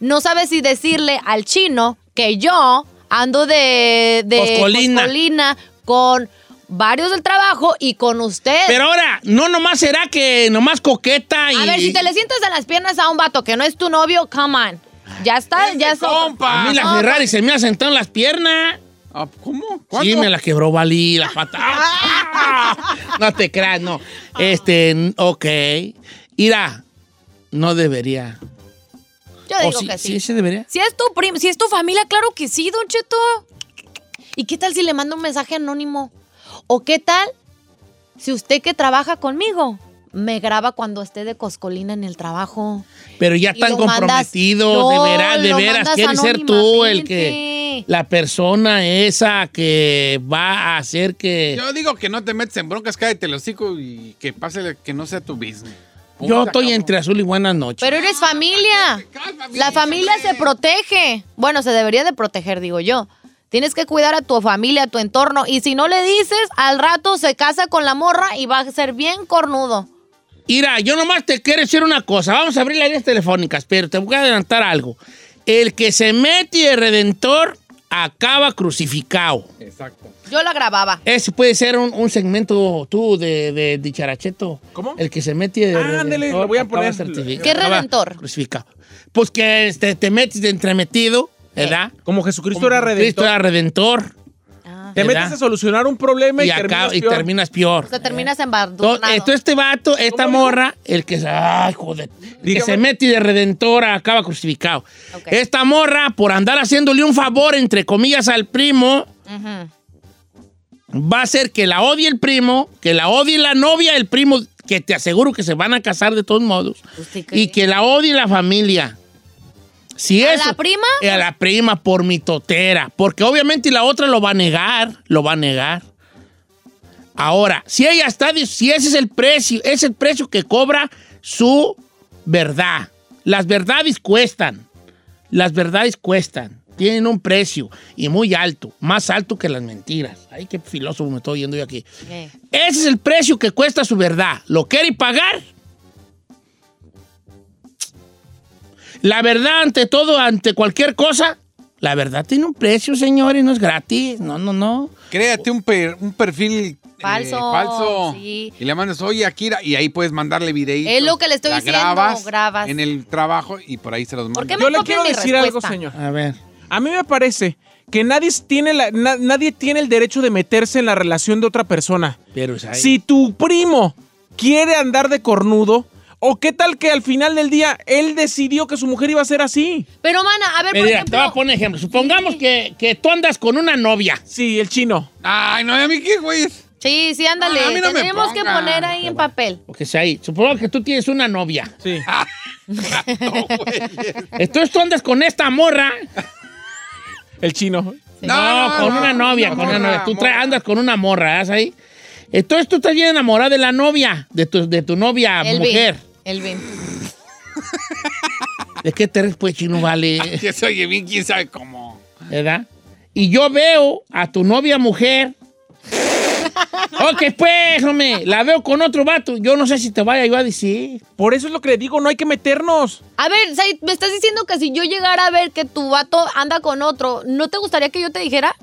Speaker 3: no sabe si decirle al chino que yo ando de, de
Speaker 1: Coscolina.
Speaker 3: coscolina con varios del trabajo y con usted.
Speaker 1: Pero ahora, no nomás será que nomás coqueta y...
Speaker 3: a ver, si te le sientas en las piernas a un vato que no es tu novio, come on. Ya está, ya está.
Speaker 1: A mí la
Speaker 3: No,
Speaker 1: Ferrari
Speaker 3: pues-
Speaker 1: se me ha sentado en las piernas.
Speaker 2: Ah, ¿Cómo?
Speaker 1: Sí,
Speaker 2: ¿Cuándo?
Speaker 1: me la quebró Valí, la pata. no te creas, no. Este, n- ok. Ira, no debería.
Speaker 3: Yo
Speaker 1: O
Speaker 3: digo
Speaker 1: sí,
Speaker 3: que
Speaker 1: sí, sí debería.
Speaker 3: Si es tu prim- si es tu familia, claro que sí, Don Cheto. ¿Y qué tal si le mando un mensaje anónimo? ¿O qué tal si usted que trabaja conmigo me graba cuando esté de coscolina en el trabajo?
Speaker 1: Pero ya
Speaker 3: Y
Speaker 1: están
Speaker 3: lo mandas-
Speaker 1: comprometidos,
Speaker 3: No,
Speaker 1: de veras, de
Speaker 3: lo
Speaker 1: veras.
Speaker 3: mandas
Speaker 1: Quiere ser tú el que.
Speaker 3: anónimamente.
Speaker 1: La persona esa que va a hacer que.
Speaker 2: Yo digo que no te metes en broncas, cállate el hocico y que pase que no sea tu business.
Speaker 1: Yo, estoy entre azul y buenas noches.
Speaker 3: Pero eres familia.
Speaker 2: cálmate,
Speaker 3: La familia se protege. Bueno, se debería de proteger, digo yo. Tienes que cuidar a tu familia, a tu entorno. Y si no le dices, al rato se casa con la morra y va a ser bien cornudo.
Speaker 1: Mira, yo nomás te quiero decir una cosa. Vamos a abrir las líneas telefónicas, pero te voy a adelantar algo. El que se mete de redentor acaba crucificado.
Speaker 3: Yo la grababa.
Speaker 1: Ese puede ser un, un segmento tú de, de dicharacheto.
Speaker 4: ¿Cómo?
Speaker 1: El que se mete de.
Speaker 4: Ándale,
Speaker 1: redentor
Speaker 4: lo voy a
Speaker 1: acaba
Speaker 4: poner.
Speaker 1: certifi-
Speaker 3: ¿Qué
Speaker 1: acaba
Speaker 3: redentor?
Speaker 1: Crucificado. Pues que este, te metes de entremetido, ¿verdad?
Speaker 4: Como Jesucristo era
Speaker 1: Cristo
Speaker 4: redentor.
Speaker 1: era redentor
Speaker 4: Te
Speaker 1: ¿verdad?
Speaker 4: metes a solucionar un problema y,
Speaker 1: y, acá,
Speaker 4: terminas
Speaker 1: y
Speaker 4: peor.
Speaker 1: terminas peor.
Speaker 3: Ah. O sea, terminas
Speaker 1: Entonces,
Speaker 3: embadurnado.
Speaker 1: Eh, esto, este vato, esta
Speaker 4: ¿Cómo dijo?
Speaker 1: morra, el que se, ay, joder, el que
Speaker 4: Dígame.
Speaker 1: se mete de redentora acaba crucificado.
Speaker 3: Ok.
Speaker 1: Esta morra, por andar haciéndole un favor, entre comillas, al primo,
Speaker 3: Ujú.
Speaker 1: va a ser que la odie el primo, que la odie la novia del primo, que te aseguro que se van a casar de todos modos,
Speaker 4: Pues
Speaker 3: ¿Usted cree?
Speaker 1: y que la odie la familia. Si
Speaker 3: ¿A
Speaker 1: eso,
Speaker 3: la prima?
Speaker 1: Eh, A la prima por mi totera. Porque obviamente la otra lo va a negar. Lo va a negar. Ahora, si ella está, di- si ese es el precio, es el precio que cobra su verdad. Las verdades cuestan. Las verdades cuestan. Tienen un precio y muy alto, más alto que las mentiras. Ay, qué filósofo me estoy yendo yo aquí.
Speaker 3: Eh.
Speaker 1: Ese es el precio que cuesta su verdad. ¿Lo quiere pagar? La verdad, ante todo, ante cualquier cosa, la verdad tiene un precio, señores, no es gratis. No, no, no.
Speaker 2: Créate un, per- un perfil eh,
Speaker 3: Falso,
Speaker 2: falso.
Speaker 3: sí.
Speaker 2: Y le mandas, oye, Akira, y ahí puedes mandarle videitos.
Speaker 3: Es lo que le estoy
Speaker 2: La
Speaker 3: diciendo,
Speaker 2: Grabas,
Speaker 3: grabas.
Speaker 2: En el trabajo y por ahí se los
Speaker 3: ¿Por qué
Speaker 2: mandas.
Speaker 3: me
Speaker 4: Yo le
Speaker 3: copian
Speaker 4: quiero
Speaker 3: mi
Speaker 4: decir algo,
Speaker 3: respuesta?
Speaker 4: señor.
Speaker 1: A ver.
Speaker 4: A mí me parece que nadie tiene, la- na- nadie tiene el derecho de meterse en la relación de otra persona.
Speaker 1: Pero, o sea,
Speaker 4: Si tu primo quiere andar de cornudo, o qué tal que al final del día él decidió que su mujer iba a ser así.
Speaker 3: Pero, mana, a ver,
Speaker 1: mira, te
Speaker 3: por
Speaker 1: voy a
Speaker 3: ejemplo...
Speaker 1: poner ejemplo. Supongamos que, que tú andas con una novia.
Speaker 4: Sí, el chino.
Speaker 2: Ay, no, a mí qué, güey.
Speaker 3: Sí, sí, ándale.
Speaker 2: Ah, a mí no me
Speaker 3: Tenemos que
Speaker 2: ponga.
Speaker 3: poner ahí en papel.
Speaker 1: Porque si ahí, supongo que tú tienes una novia.
Speaker 4: Sí.
Speaker 1: Entonces tú andas con esta morra.
Speaker 4: El chino.
Speaker 1: No, con una novia, con una novia. Tú traes- andas con una morra, ¿estás ahí? Entonces tú estás bien enamorada de la novia, de tu, de tu novia
Speaker 3: Elvin.
Speaker 1: mujer.
Speaker 3: Elvin.
Speaker 1: ¿De qué te ríes, pues, chino, vale?
Speaker 2: Que se oye bien, quién sabe cómo.
Speaker 1: ¿Verdad? Y yo veo a tu novia mujer. ok, pues, hombre, la veo con otro vato. Yo no sé si te vaya yo a decir.
Speaker 4: Por eso es lo que le digo, no hay que meternos.
Speaker 3: A ver, Said, me estás diciendo que si yo llegara a ver que tu vato anda con otro, ¿no te gustaría que yo te dijera?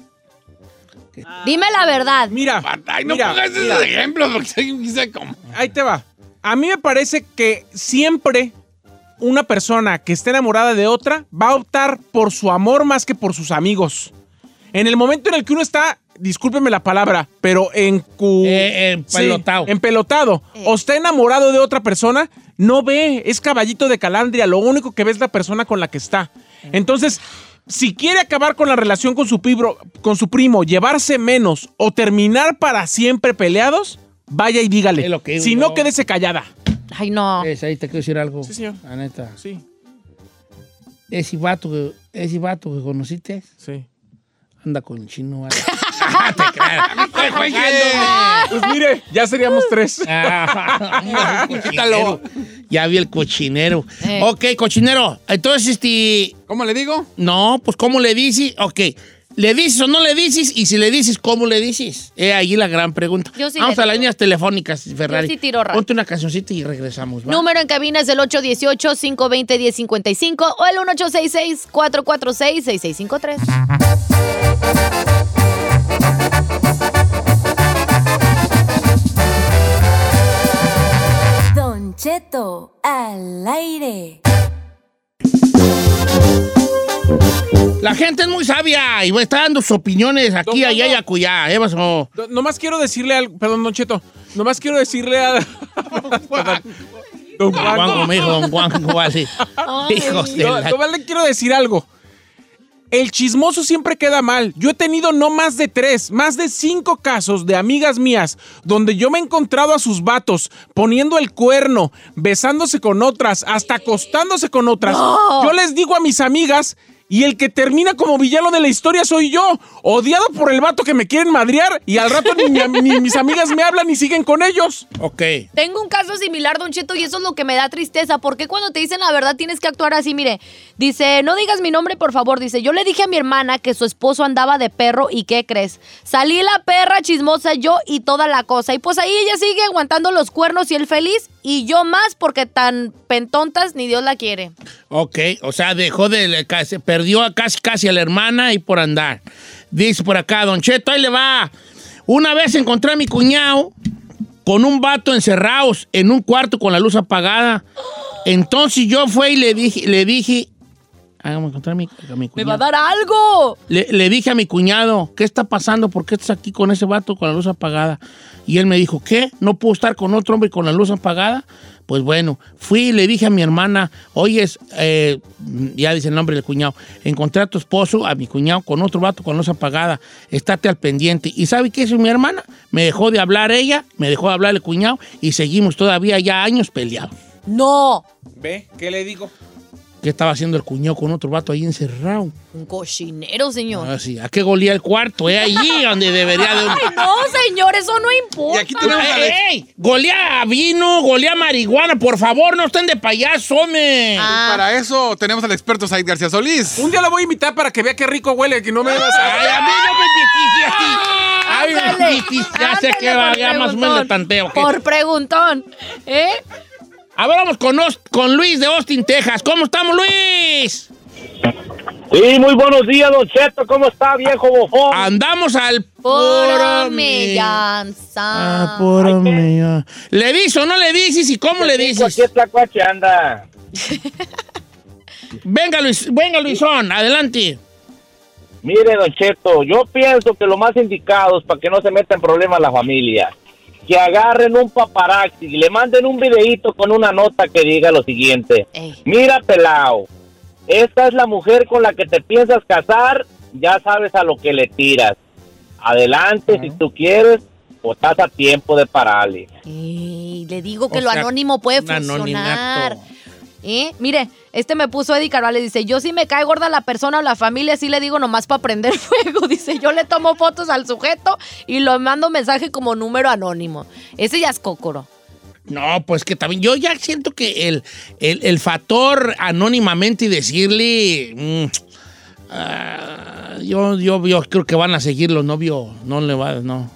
Speaker 3: Dime la verdad.
Speaker 4: Mira,
Speaker 2: Ay, no
Speaker 4: mira,
Speaker 2: pongas
Speaker 4: mira,
Speaker 2: esos ejemplos porque se oye bien, quién sabe cómo.
Speaker 4: ahí te va. A mí me parece que siempre una persona que esté enamorada de otra va a optar por su amor más que por sus amigos. En el momento en el que uno está, discúlpeme la palabra, pero en cu...
Speaker 1: Eh, eh, pelotao.
Speaker 4: Sí, empelotado. O está enamorado de otra persona, no ve, es caballito de calandria, lo único que ve es la persona con la que está. Entonces, si quiere acabar con la relación con su, pibro- con su primo, llevarse menos o terminar para siempre peleados, vaya y dígale.
Speaker 1: Es lo que digo
Speaker 4: si no,
Speaker 1: yo.
Speaker 4: quédese callada.
Speaker 3: Ay, no.
Speaker 1: Es, ahí te quiero decir algo.
Speaker 4: Sí, señor.
Speaker 1: La neta.
Speaker 4: Sí,
Speaker 1: Ese vato que, ese vato que conociste
Speaker 4: sí.
Speaker 1: anda con el chino, vale.
Speaker 2: Ay, güey,
Speaker 4: Pues mire, ya seríamos tres.
Speaker 1: Ah,
Speaker 2: Quítalo.
Speaker 1: Ya vi el cochinero.
Speaker 3: Eh.
Speaker 1: Ok, cochinero. Entonces, este.
Speaker 2: ¿Cómo le digo?
Speaker 1: No, pues, ¿cómo le dices? Ok. ¿Le dices o no le dices? Y si le dices, ¿cómo le dices? Es ahí la gran pregunta.
Speaker 3: Yo sí le
Speaker 1: Vamos a las
Speaker 3: digo.
Speaker 1: líneas telefónicas, Ferrari.
Speaker 3: Yo sí tiro raro.
Speaker 1: Ponte una cancioncita y regresamos. ¿va?
Speaker 3: Número en cabina es el 818-520-1055 o el 1866-446-6653.
Speaker 6: Don Cheto al aire.
Speaker 1: La gente es muy sabia y va- está dando sus opiniones aquí,
Speaker 4: Don
Speaker 1: allá y
Speaker 4: Poncho.
Speaker 1: acullá. ¿eh, vaso?
Speaker 4: No- Nomás quiero decirle al. Perdón, Don Cheto. Nomás quiero decirle al. Don Juan.
Speaker 1: Juan Gómez, don Juan vale. Hijos de
Speaker 4: No,
Speaker 1: la-
Speaker 4: nomás le quiero decir algo. El chismoso siempre queda mal. Yo he tenido no más de tres, más de cinco casos de amigas mías donde yo me he encontrado a sus vatos poniendo el cuerno, besándose con otras, hasta acostándose con otras. Yo les digo a mis amigas y el que termina como villano de la historia soy yo, odiado por el vato que me quieren madrear y al rato ni, mi- ni mis amigas me hablan y siguen con ellos.
Speaker 1: Ok.
Speaker 3: Tengo un caso similar, Don Cheto, y eso es lo que me da tristeza. Porque cuando te dicen la verdad tienes que actuar así? Mire, dice, no digas mi nombre, por favor. Dice, yo le dije a mi hermana que su esposo andaba de perro y ¿qué crees? Salí la perra chismosa yo y toda la cosa. Y pues ahí ella sigue aguantando los cuernos y él feliz y yo más porque tan pentontas ni Dios la quiere.
Speaker 1: Ok, o sea, dejó de. casi- Perdió a casi, casi a la hermana y por andar. Dice por acá, Don Cheto, ahí le va. Una vez encontré a mi cuñado con un vato encerrados en un cuarto con la luz apagada. Entonces yo fui y le dije, le dije. Hágame encontrar a mi, a mi
Speaker 3: ¡Me va
Speaker 1: cuñado.
Speaker 3: a dar algo!
Speaker 1: Le, le dije a mi cuñado, ¿qué está pasando? ¿Por qué estás aquí con ese vato con la luz apagada? Y él me dijo, ¿qué? ¿No puedo estar con otro hombre con la luz apagada? Pues bueno, fui y le dije a mi hermana, oye, es, eh, ya dice el nombre del cuñado, encontré a tu esposo, a mi cuñado, con otro vato con luz apagada, estate al pendiente. ¿Y sabe qué hizo mi hermana? Me dejó de hablar ella, me dejó de hablar el cuñado y seguimos todavía ya años peleados.
Speaker 3: ¡No!
Speaker 4: ¿Ve? ¿Qué le digo?
Speaker 1: ¿Qué estaba haciendo el cuñado con otro vato ahí encerrado?
Speaker 3: Un cochinero, señor.
Speaker 1: Ah, sí, ¿a qué golía el cuarto? Es allí donde debería de...
Speaker 3: ¡Ay, no, señor! Eso no importa.
Speaker 2: Y aquí tenemos a
Speaker 1: ¡Ey,
Speaker 2: Alex.
Speaker 1: ey! Golea vino, golea marihuana. Por favor, no estén de payaso, hombre.
Speaker 3: Ah.
Speaker 2: Para eso tenemos al experto Said García Solís.
Speaker 4: Un día la voy a invitar para que vea qué rico huele, que no me vas a...
Speaker 1: Ay, a mí no me invitiste a ti. Ay, me
Speaker 3: Ah, Ándale,
Speaker 1: invitiste. Ya sé
Speaker 3: ándale
Speaker 1: que
Speaker 3: por
Speaker 1: va, ya más o menos
Speaker 3: preguntón.
Speaker 1: le tanteo. ok.
Speaker 3: Por preguntón. ¿Eh?
Speaker 1: A ver, vamos con, Os- con Luis de Austin, Texas. ¿Cómo estamos, Luis?
Speaker 7: Sí, muy buenos días, Don Cheto. ¿Cómo está, viejo bofón?
Speaker 1: Andamos al
Speaker 3: Por
Speaker 1: mil. Ah,
Speaker 3: humillanza.
Speaker 1: puro mío. ¿Le dices o no le dices? ¿Y cómo le
Speaker 7: Chico, Aquí
Speaker 1: dices?
Speaker 7: está Cuache, anda.
Speaker 1: Venga, Luis, venga, Luisón, adelante.
Speaker 7: Mire, Don Cheto, yo pienso que lo más indicado es para que no se meta en problemas la familia. Que agarren un paparazzi y le manden un videíto con una nota que diga lo siguiente.
Speaker 3: Ey.
Speaker 7: Mira, pelao, esta es la mujer con la que te piensas casar, ya sabes a lo que le tiras. Adelante si tú quieres, tiempo, estás a tiempo de pararle.
Speaker 3: Ey, le digo que
Speaker 1: O
Speaker 3: lo
Speaker 1: sea,
Speaker 3: anónimo puede
Speaker 1: un
Speaker 3: funcionar.
Speaker 1: anonimato.
Speaker 3: ¿Eh? Mire, este me puso Eddie Carvalho, dice, yo si me cae gorda la persona o la familia, sí le digo nomás para prender fuego. Dice, yo le tomo fotos al sujeto y lo mando mensaje como número anónimo. Ese ya es cócoro.
Speaker 1: No, pues que también yo ya siento que el, el, el factor anónimamente y decirle, mm, ah, yo, yo, yo creo que van a seguir los novios, no le va, no.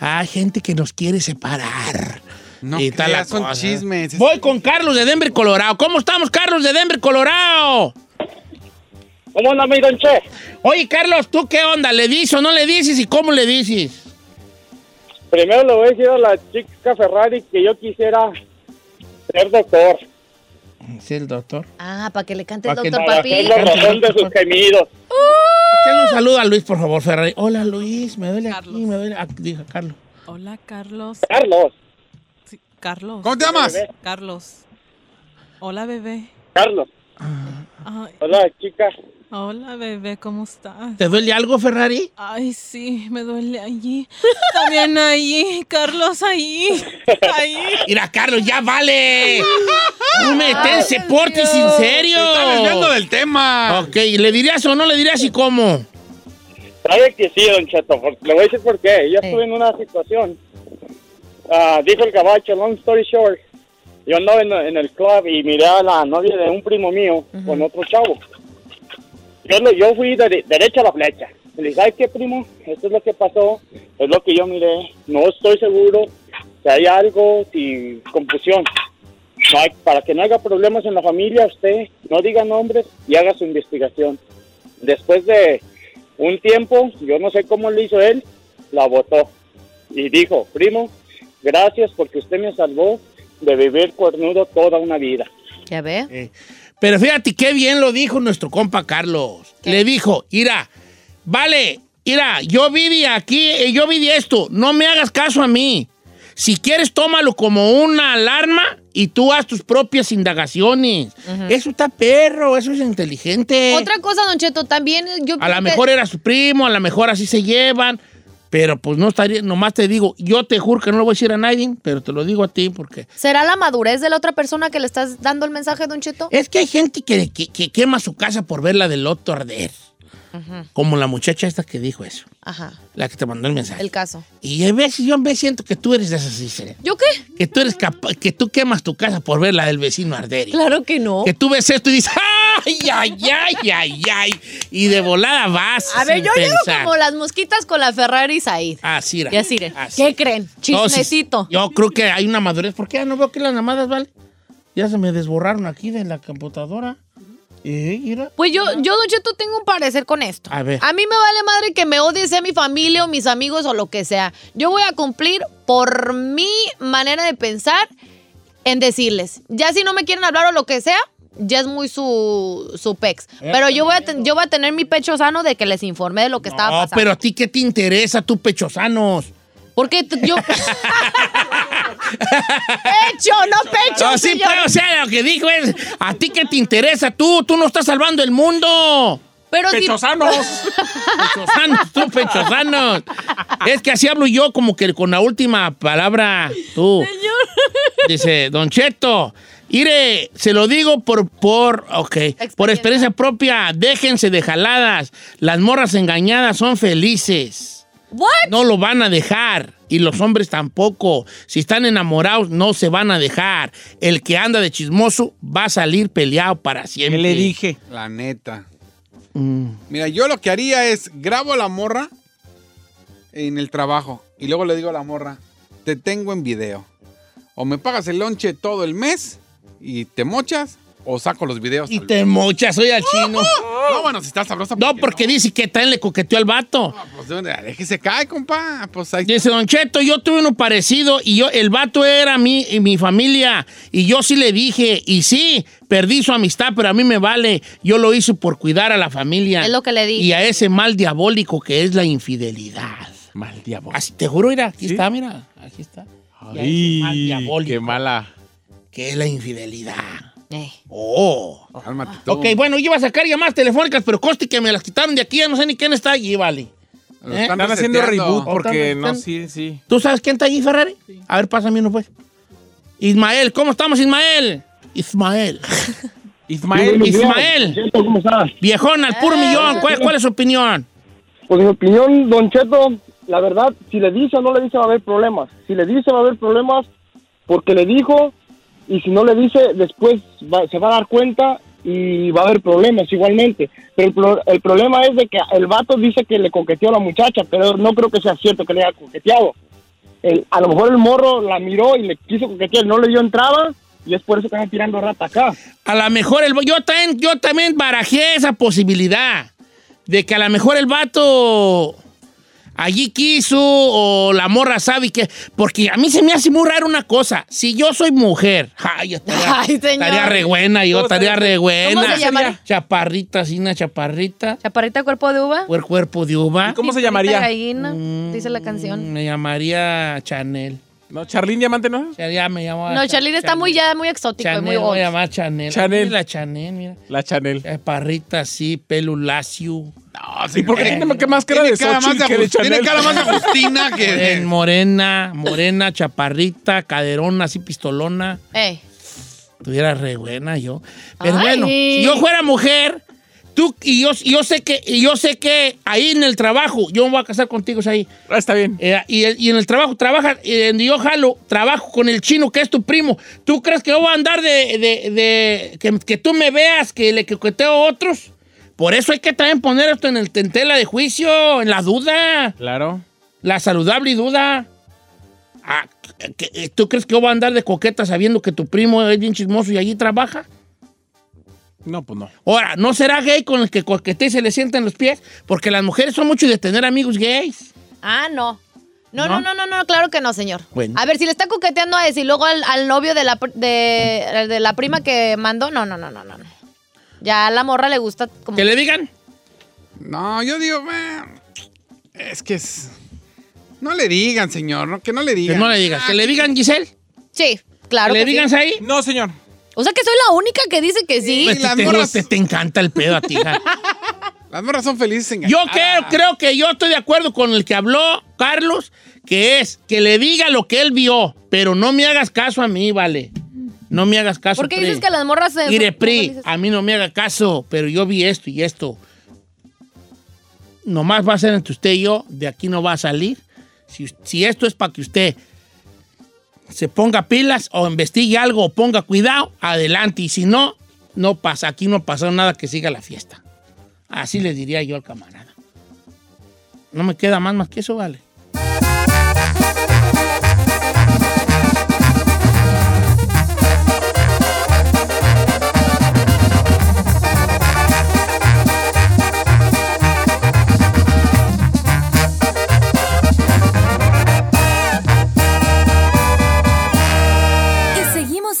Speaker 1: Hay gente que nos quiere separar.
Speaker 2: No
Speaker 1: y tal
Speaker 2: creas,
Speaker 1: la
Speaker 2: son
Speaker 1: cosa.
Speaker 2: chismes.
Speaker 1: Voy con Carlos de Denver, Colorado. ¿Cómo estamos, Carlos de Denver, Colorado?
Speaker 7: ¿Cómo anda, mi don Che?
Speaker 1: Oye, Carlos, ¿tú qué onda? ¿Le dices o no le dices? ¿Y cómo le dices?
Speaker 7: Primero le voy a decir a la chica Ferrari que yo quisiera ser doctor.
Speaker 1: Sí, el doctor.
Speaker 3: Ah, para que le cante el
Speaker 1: Pa' que-
Speaker 3: doctor
Speaker 1: para
Speaker 3: papi.
Speaker 1: la razón de sus
Speaker 7: gemidos.
Speaker 1: Échale un saludo a Luis, por favor, Ferrari. Hola, Luis. Me duele aquí, me duele. aquí, dijo Carlos.
Speaker 8: Hola, Carlos.
Speaker 7: Carlos,
Speaker 8: Sí, Carlos.
Speaker 2: ¿Cómo te llamas?
Speaker 8: Carlos. Hola, bebé.
Speaker 7: Carlos.
Speaker 8: Ay,
Speaker 7: Hola, chica.
Speaker 8: hola, bebé, ¿cómo estás?
Speaker 1: ¿Te duele algo, Ferrari?
Speaker 8: Ay, sí, me duele allí. También allí, Carlos, allí. Ahí.
Speaker 1: Mira, Carlos, ya vale. No me tense, porte sin
Speaker 2: Está desviando
Speaker 1: serio.
Speaker 2: del tema.
Speaker 1: Oh. Ok, ¿le dirías o no le dirías y cómo?
Speaker 7: Sabe que sí, don Cheto. por- Le voy a decir por qué.
Speaker 3: Eh.
Speaker 7: Yo estuve en una situación. Ah, dijo el caballo, long story short. Yo andaba en, en el club y miré a la novia de un primo mío con otro chavo. Yo, le- yo fui dere- derecha a la flecha. Le dije, ¿sabes qué, primo? Esto es lo que pasó. Es lo que yo miré. No estoy seguro que hay algo sin confusión. No hay- para que no haya problemas en la familia, usted no diga nombres y haga su investigación. Después de un tiempo, yo no sé cómo le hizo él, la votó. Y dijo, primo, gracias porque usted me salvó de vivir cornudo toda una vida.
Speaker 3: Ya ve.
Speaker 1: Eh. Pero fíjate qué bien lo dijo nuestro compa Carlos. Le dijo, mira, vale, mira, yo viví aquí, eh, yo viví esto, no me hagas caso a mí. Si quieres, tómalo como una alarma y tú haz tus propias indagaciones. Eso está perro, eso es inteligente.
Speaker 3: Otra cosa, Don Cheto, también yo...
Speaker 1: A lo mejor era su primo, a lo mejor así se llevan, pero pues no estaría, nomás te digo, yo te juro que no lo voy a decir a nadie, pero te lo digo a ti porque...
Speaker 3: ¿Será la madurez de la otra persona que le estás dando el mensaje, Don Cheto?
Speaker 1: Es que hay gente que, que- que quema su casa por verla del otro arder. Como la muchacha esta que dijo eso,
Speaker 3: Ajá,
Speaker 1: la que te mandó el mensaje.
Speaker 3: el caso.
Speaker 1: Y a veces yo a veces siento que tú eres de esas, Isela,
Speaker 3: ¿Yo qué?
Speaker 1: que tú eres capaz, que tú quemas tu casa por verla del vecino arder.
Speaker 3: Claro que no.
Speaker 1: Que tú ves esto y dices, ay, ay, ay, ay, ay, y de volada vas.
Speaker 3: A ver,
Speaker 1: sin
Speaker 3: yo llego
Speaker 1: pensar.
Speaker 3: como las mosquitas con la Ferrari y Said.
Speaker 1: Así era.
Speaker 3: Y así de,
Speaker 1: Así.
Speaker 3: ¿Qué creen?
Speaker 1: Entonces,
Speaker 3: Chismecito.
Speaker 1: yo creo que hay una madurez. ¿Por qué? Ah, No veo que las llamadas, ¿vale? Ya se me desborraron aquí de la computadora. Eh, mira.
Speaker 3: Pues yo, yo, Don Cheto, tengo un parecer con esto.
Speaker 1: A ver.
Speaker 3: mí me vale madre que me odie, sea mi familia o mis amigos o lo que sea. Yo voy a cumplir por mi manera de pensar en decirles. Ya si no me quieren hablar o lo que sea, ya es muy su, su pex. Pero yo voy, a ten- yo voy a tener mi pecho sano de que les informé de lo que estaba
Speaker 1: No,
Speaker 3: pasando.
Speaker 1: pero a ti, ¿qué te interesa, tú, pechosanos?
Speaker 3: Porque t- yo... pecho, no pecho,
Speaker 1: No, Ah, sí,
Speaker 3: señor.
Speaker 1: pero, o sea, lo que dijo es, ¿a ti qué te interesa, tú? Tú no estás salvando el mundo.
Speaker 3: Pero si-
Speaker 4: ¡Pechosanos!
Speaker 1: Pechosanos, tú, pechosanos. Es que así hablo yo, como que con la última palabra, tú. Dice, Don Cheto, ire, se lo digo por, por, ok, por experiencia propia, déjense de jaladas. Las morras engañadas son felices.
Speaker 3: ¿What?
Speaker 1: No lo van a dejar. Y los hombres tampoco. Si están enamorados, no se van a dejar. El que anda de chismoso va a salir peleado para
Speaker 4: ¿Qué
Speaker 1: siempre.
Speaker 4: le dije?
Speaker 2: La neta.
Speaker 1: Mm.
Speaker 2: Mira, yo lo que haría es grabo a la morra en el trabajo y luego le digo a la morra, te tengo en video. O me pagas el lonche todo el mes y te mochas o saco los videos.
Speaker 1: Y
Speaker 2: tal
Speaker 1: te mochas, soy al chino.
Speaker 2: vez". No, bueno, si está sabrosa.
Speaker 1: No, porque dice que también le coqueteó al vato.
Speaker 2: no, pues, ¿dónde? Es que se cae, compa. Pues ahí
Speaker 1: Dice Don Cheto, yo tuve uno parecido y yo, el vato era mi, y mi familia y yo sí le dije, y sí, perdí su amistad, pero a mí me vale, yo lo hice por cuidar a la familia.
Speaker 3: Es lo que le dije.
Speaker 1: Y a ese mal diabólico que es la infidelidad.
Speaker 4: Mal diablo.
Speaker 1: Así, te juro, mira, aquí está, mira, aquí está. Y a ese mal diabólico
Speaker 4: qué mala.
Speaker 1: que es la infidelidad.
Speaker 3: Eh.
Speaker 1: Oh.
Speaker 2: Cálmate tú.
Speaker 1: Ok, bueno, yo iba a sacar llamadas telefónicas, pero coste que me las quitaron de aquí, ya no sé ni quién está allí, vale.
Speaker 2: Lo
Speaker 1: ¿Eh?
Speaker 4: Están haciendo
Speaker 2: reseteando.
Speaker 4: reboot porque
Speaker 1: Están-
Speaker 4: no,
Speaker 1: están-
Speaker 4: sí, sí.
Speaker 1: ¿Tú sabes quién está allí, Ferrari? A ver, pásame uno, pues. Ismael, ¿cómo estamos, Ismael? Ismael.
Speaker 4: Ismael,
Speaker 1: Ismael.
Speaker 7: Cheto, ¿Cómo estás?
Speaker 1: Viejón, al puro millón. ¿Cuál, cuál es su opinión?
Speaker 7: Pues mi opinión, Don Cheto, la verdad, si le dice o no le dice va a haber problemas. Si le dice va a haber problemas porque le dijo y si no le dice después va- se va a dar cuenta y va a haber problemas igualmente. Pero el, pro- el problema es de que el vato dice que le coqueteó a la muchacha, pero no creo que sea cierto que le haya coqueteado. El- a lo mejor el morro la miró y le quiso coquetear, no le dio entrada y es por eso que están tirando rata acá.
Speaker 1: A lo mejor el yo también, yo también barajé esa posibilidad de que a lo mejor el vato allí quiso o la morra sabe que porque a mí se me hace muy raro una cosa, si yo soy mujer, ay, yo estaría,
Speaker 3: Ay, señor.
Speaker 1: estaría re buena, yo
Speaker 4: ¿Cómo
Speaker 1: estaría
Speaker 4: estaría?
Speaker 1: re buena.
Speaker 3: ¿Cómo se llamaría?
Speaker 1: Chaparrita, sí, una chaparrita,
Speaker 3: ¿Chaparrita cuerpo de uva?
Speaker 1: o el cuerpo de uva.
Speaker 4: ¿Cómo se
Speaker 3: Cinturita
Speaker 4: llamaría?
Speaker 3: gallina,
Speaker 1: Mm,
Speaker 3: dice la canción.
Speaker 1: Me llamaría Chanel.
Speaker 4: no, Charlín Diamante, ¿no?
Speaker 1: O sea, ya me llamaba
Speaker 3: No,
Speaker 1: Cha-
Speaker 3: Charlene está muy ya muy exótico y
Speaker 1: Chanel,
Speaker 3: muy
Speaker 1: voy a
Speaker 3: old.
Speaker 1: llamar Chanel.
Speaker 4: Chanel.
Speaker 1: Mira, Chanel, mira.
Speaker 4: La Chanel.
Speaker 1: Chaparrita, así, Eh, pelo lacio.
Speaker 2: No,
Speaker 4: ¿Y
Speaker 2: sí,
Speaker 4: por qué
Speaker 2: eh.
Speaker 4: tiene que más cara
Speaker 2: Tiene
Speaker 4: de
Speaker 2: cara más
Speaker 4: Xochitl que
Speaker 2: de
Speaker 4: de
Speaker 2: Agust- tiene
Speaker 4: Chanel?
Speaker 2: cara más de Agustina que de-
Speaker 1: En Eh, morena, morena, chaparrita, caderona, así pistolona.
Speaker 3: Eh,
Speaker 1: Tuviera re buena yo. Pero
Speaker 3: Ay.
Speaker 1: bueno, si yo fuera mujer, tú y yo, y yo sé que, y yo sé que ahí en el trabajo, yo me voy a casar contigo, ahí. eh,
Speaker 4: Ah, está bien.
Speaker 1: y, y en el trabajo, trabaja, eh, donde yo jalo, trabajo con el chino que es tu primo. ¿Tú crees que yo voy a andar de, de- de- que, que tú me veas que le coqueteo a otros? Por eso hay que también poner esto en el en tela de juicio, en la duda.
Speaker 4: Claro.
Speaker 1: La saludable duda. Ah, ¿qué- qué- ¿Tú crees que yo voy a andar de coqueta sabiendo que tu primo es bien chismoso y allí trabaja?
Speaker 4: No, pues no.
Speaker 1: Ahora, ¿no será gay con el que coquetea y se le sientan los pies? Porque las mujeres son mucho de tener amigos gays.
Speaker 3: Ah, no. No,
Speaker 1: ¿No?
Speaker 3: no, no, no, no, claro que no, señor.
Speaker 1: Bueno.
Speaker 3: A ver, si le está coqueteando a ese y luego al, al novio de la, pr- de, de la prima que mandó, no, no, no, no, no. no. Ya a la morra le gusta como...
Speaker 1: Que le digan,
Speaker 2: No, yo digo, "Meh, es que es... No le digan, señor, no, que no le
Speaker 1: que
Speaker 2: digan.
Speaker 1: no le digan, que le digan Giselle,
Speaker 3: Sí, claro
Speaker 1: que le
Speaker 3: que sí.
Speaker 1: digan ahí.
Speaker 4: No, señor.
Speaker 3: O sea que soy la única que dice que sí.
Speaker 2: Pues, las
Speaker 1: te,
Speaker 2: morras-
Speaker 1: Este, te- te encanta el pedo a ti, hija.
Speaker 2: Las morras son felices en
Speaker 1: Yo creo, creo que yo estoy de acuerdo con el que habló Carlos, que es que le diga lo que él vio, pero no me hagas caso a mí, vale. No me hagas caso.
Speaker 3: ¿Por qué
Speaker 1: Pri.
Speaker 3: dices que las morras se...
Speaker 1: Mire,
Speaker 3: son-
Speaker 1: Pri,
Speaker 3: dices-
Speaker 1: a mí no me haga caso, pero yo vi esto y esto. Nomás va a ser entre usted y yo, de aquí no va a salir. Si, si esto es para que usted se ponga pilas o investigue algo o ponga cuidado, adelante. Y si no, no pasa, aquí no pasó nada que siga la fiesta. Así le diría yo al camarada. No me queda más más que eso, vale.
Speaker 6: Y seguimos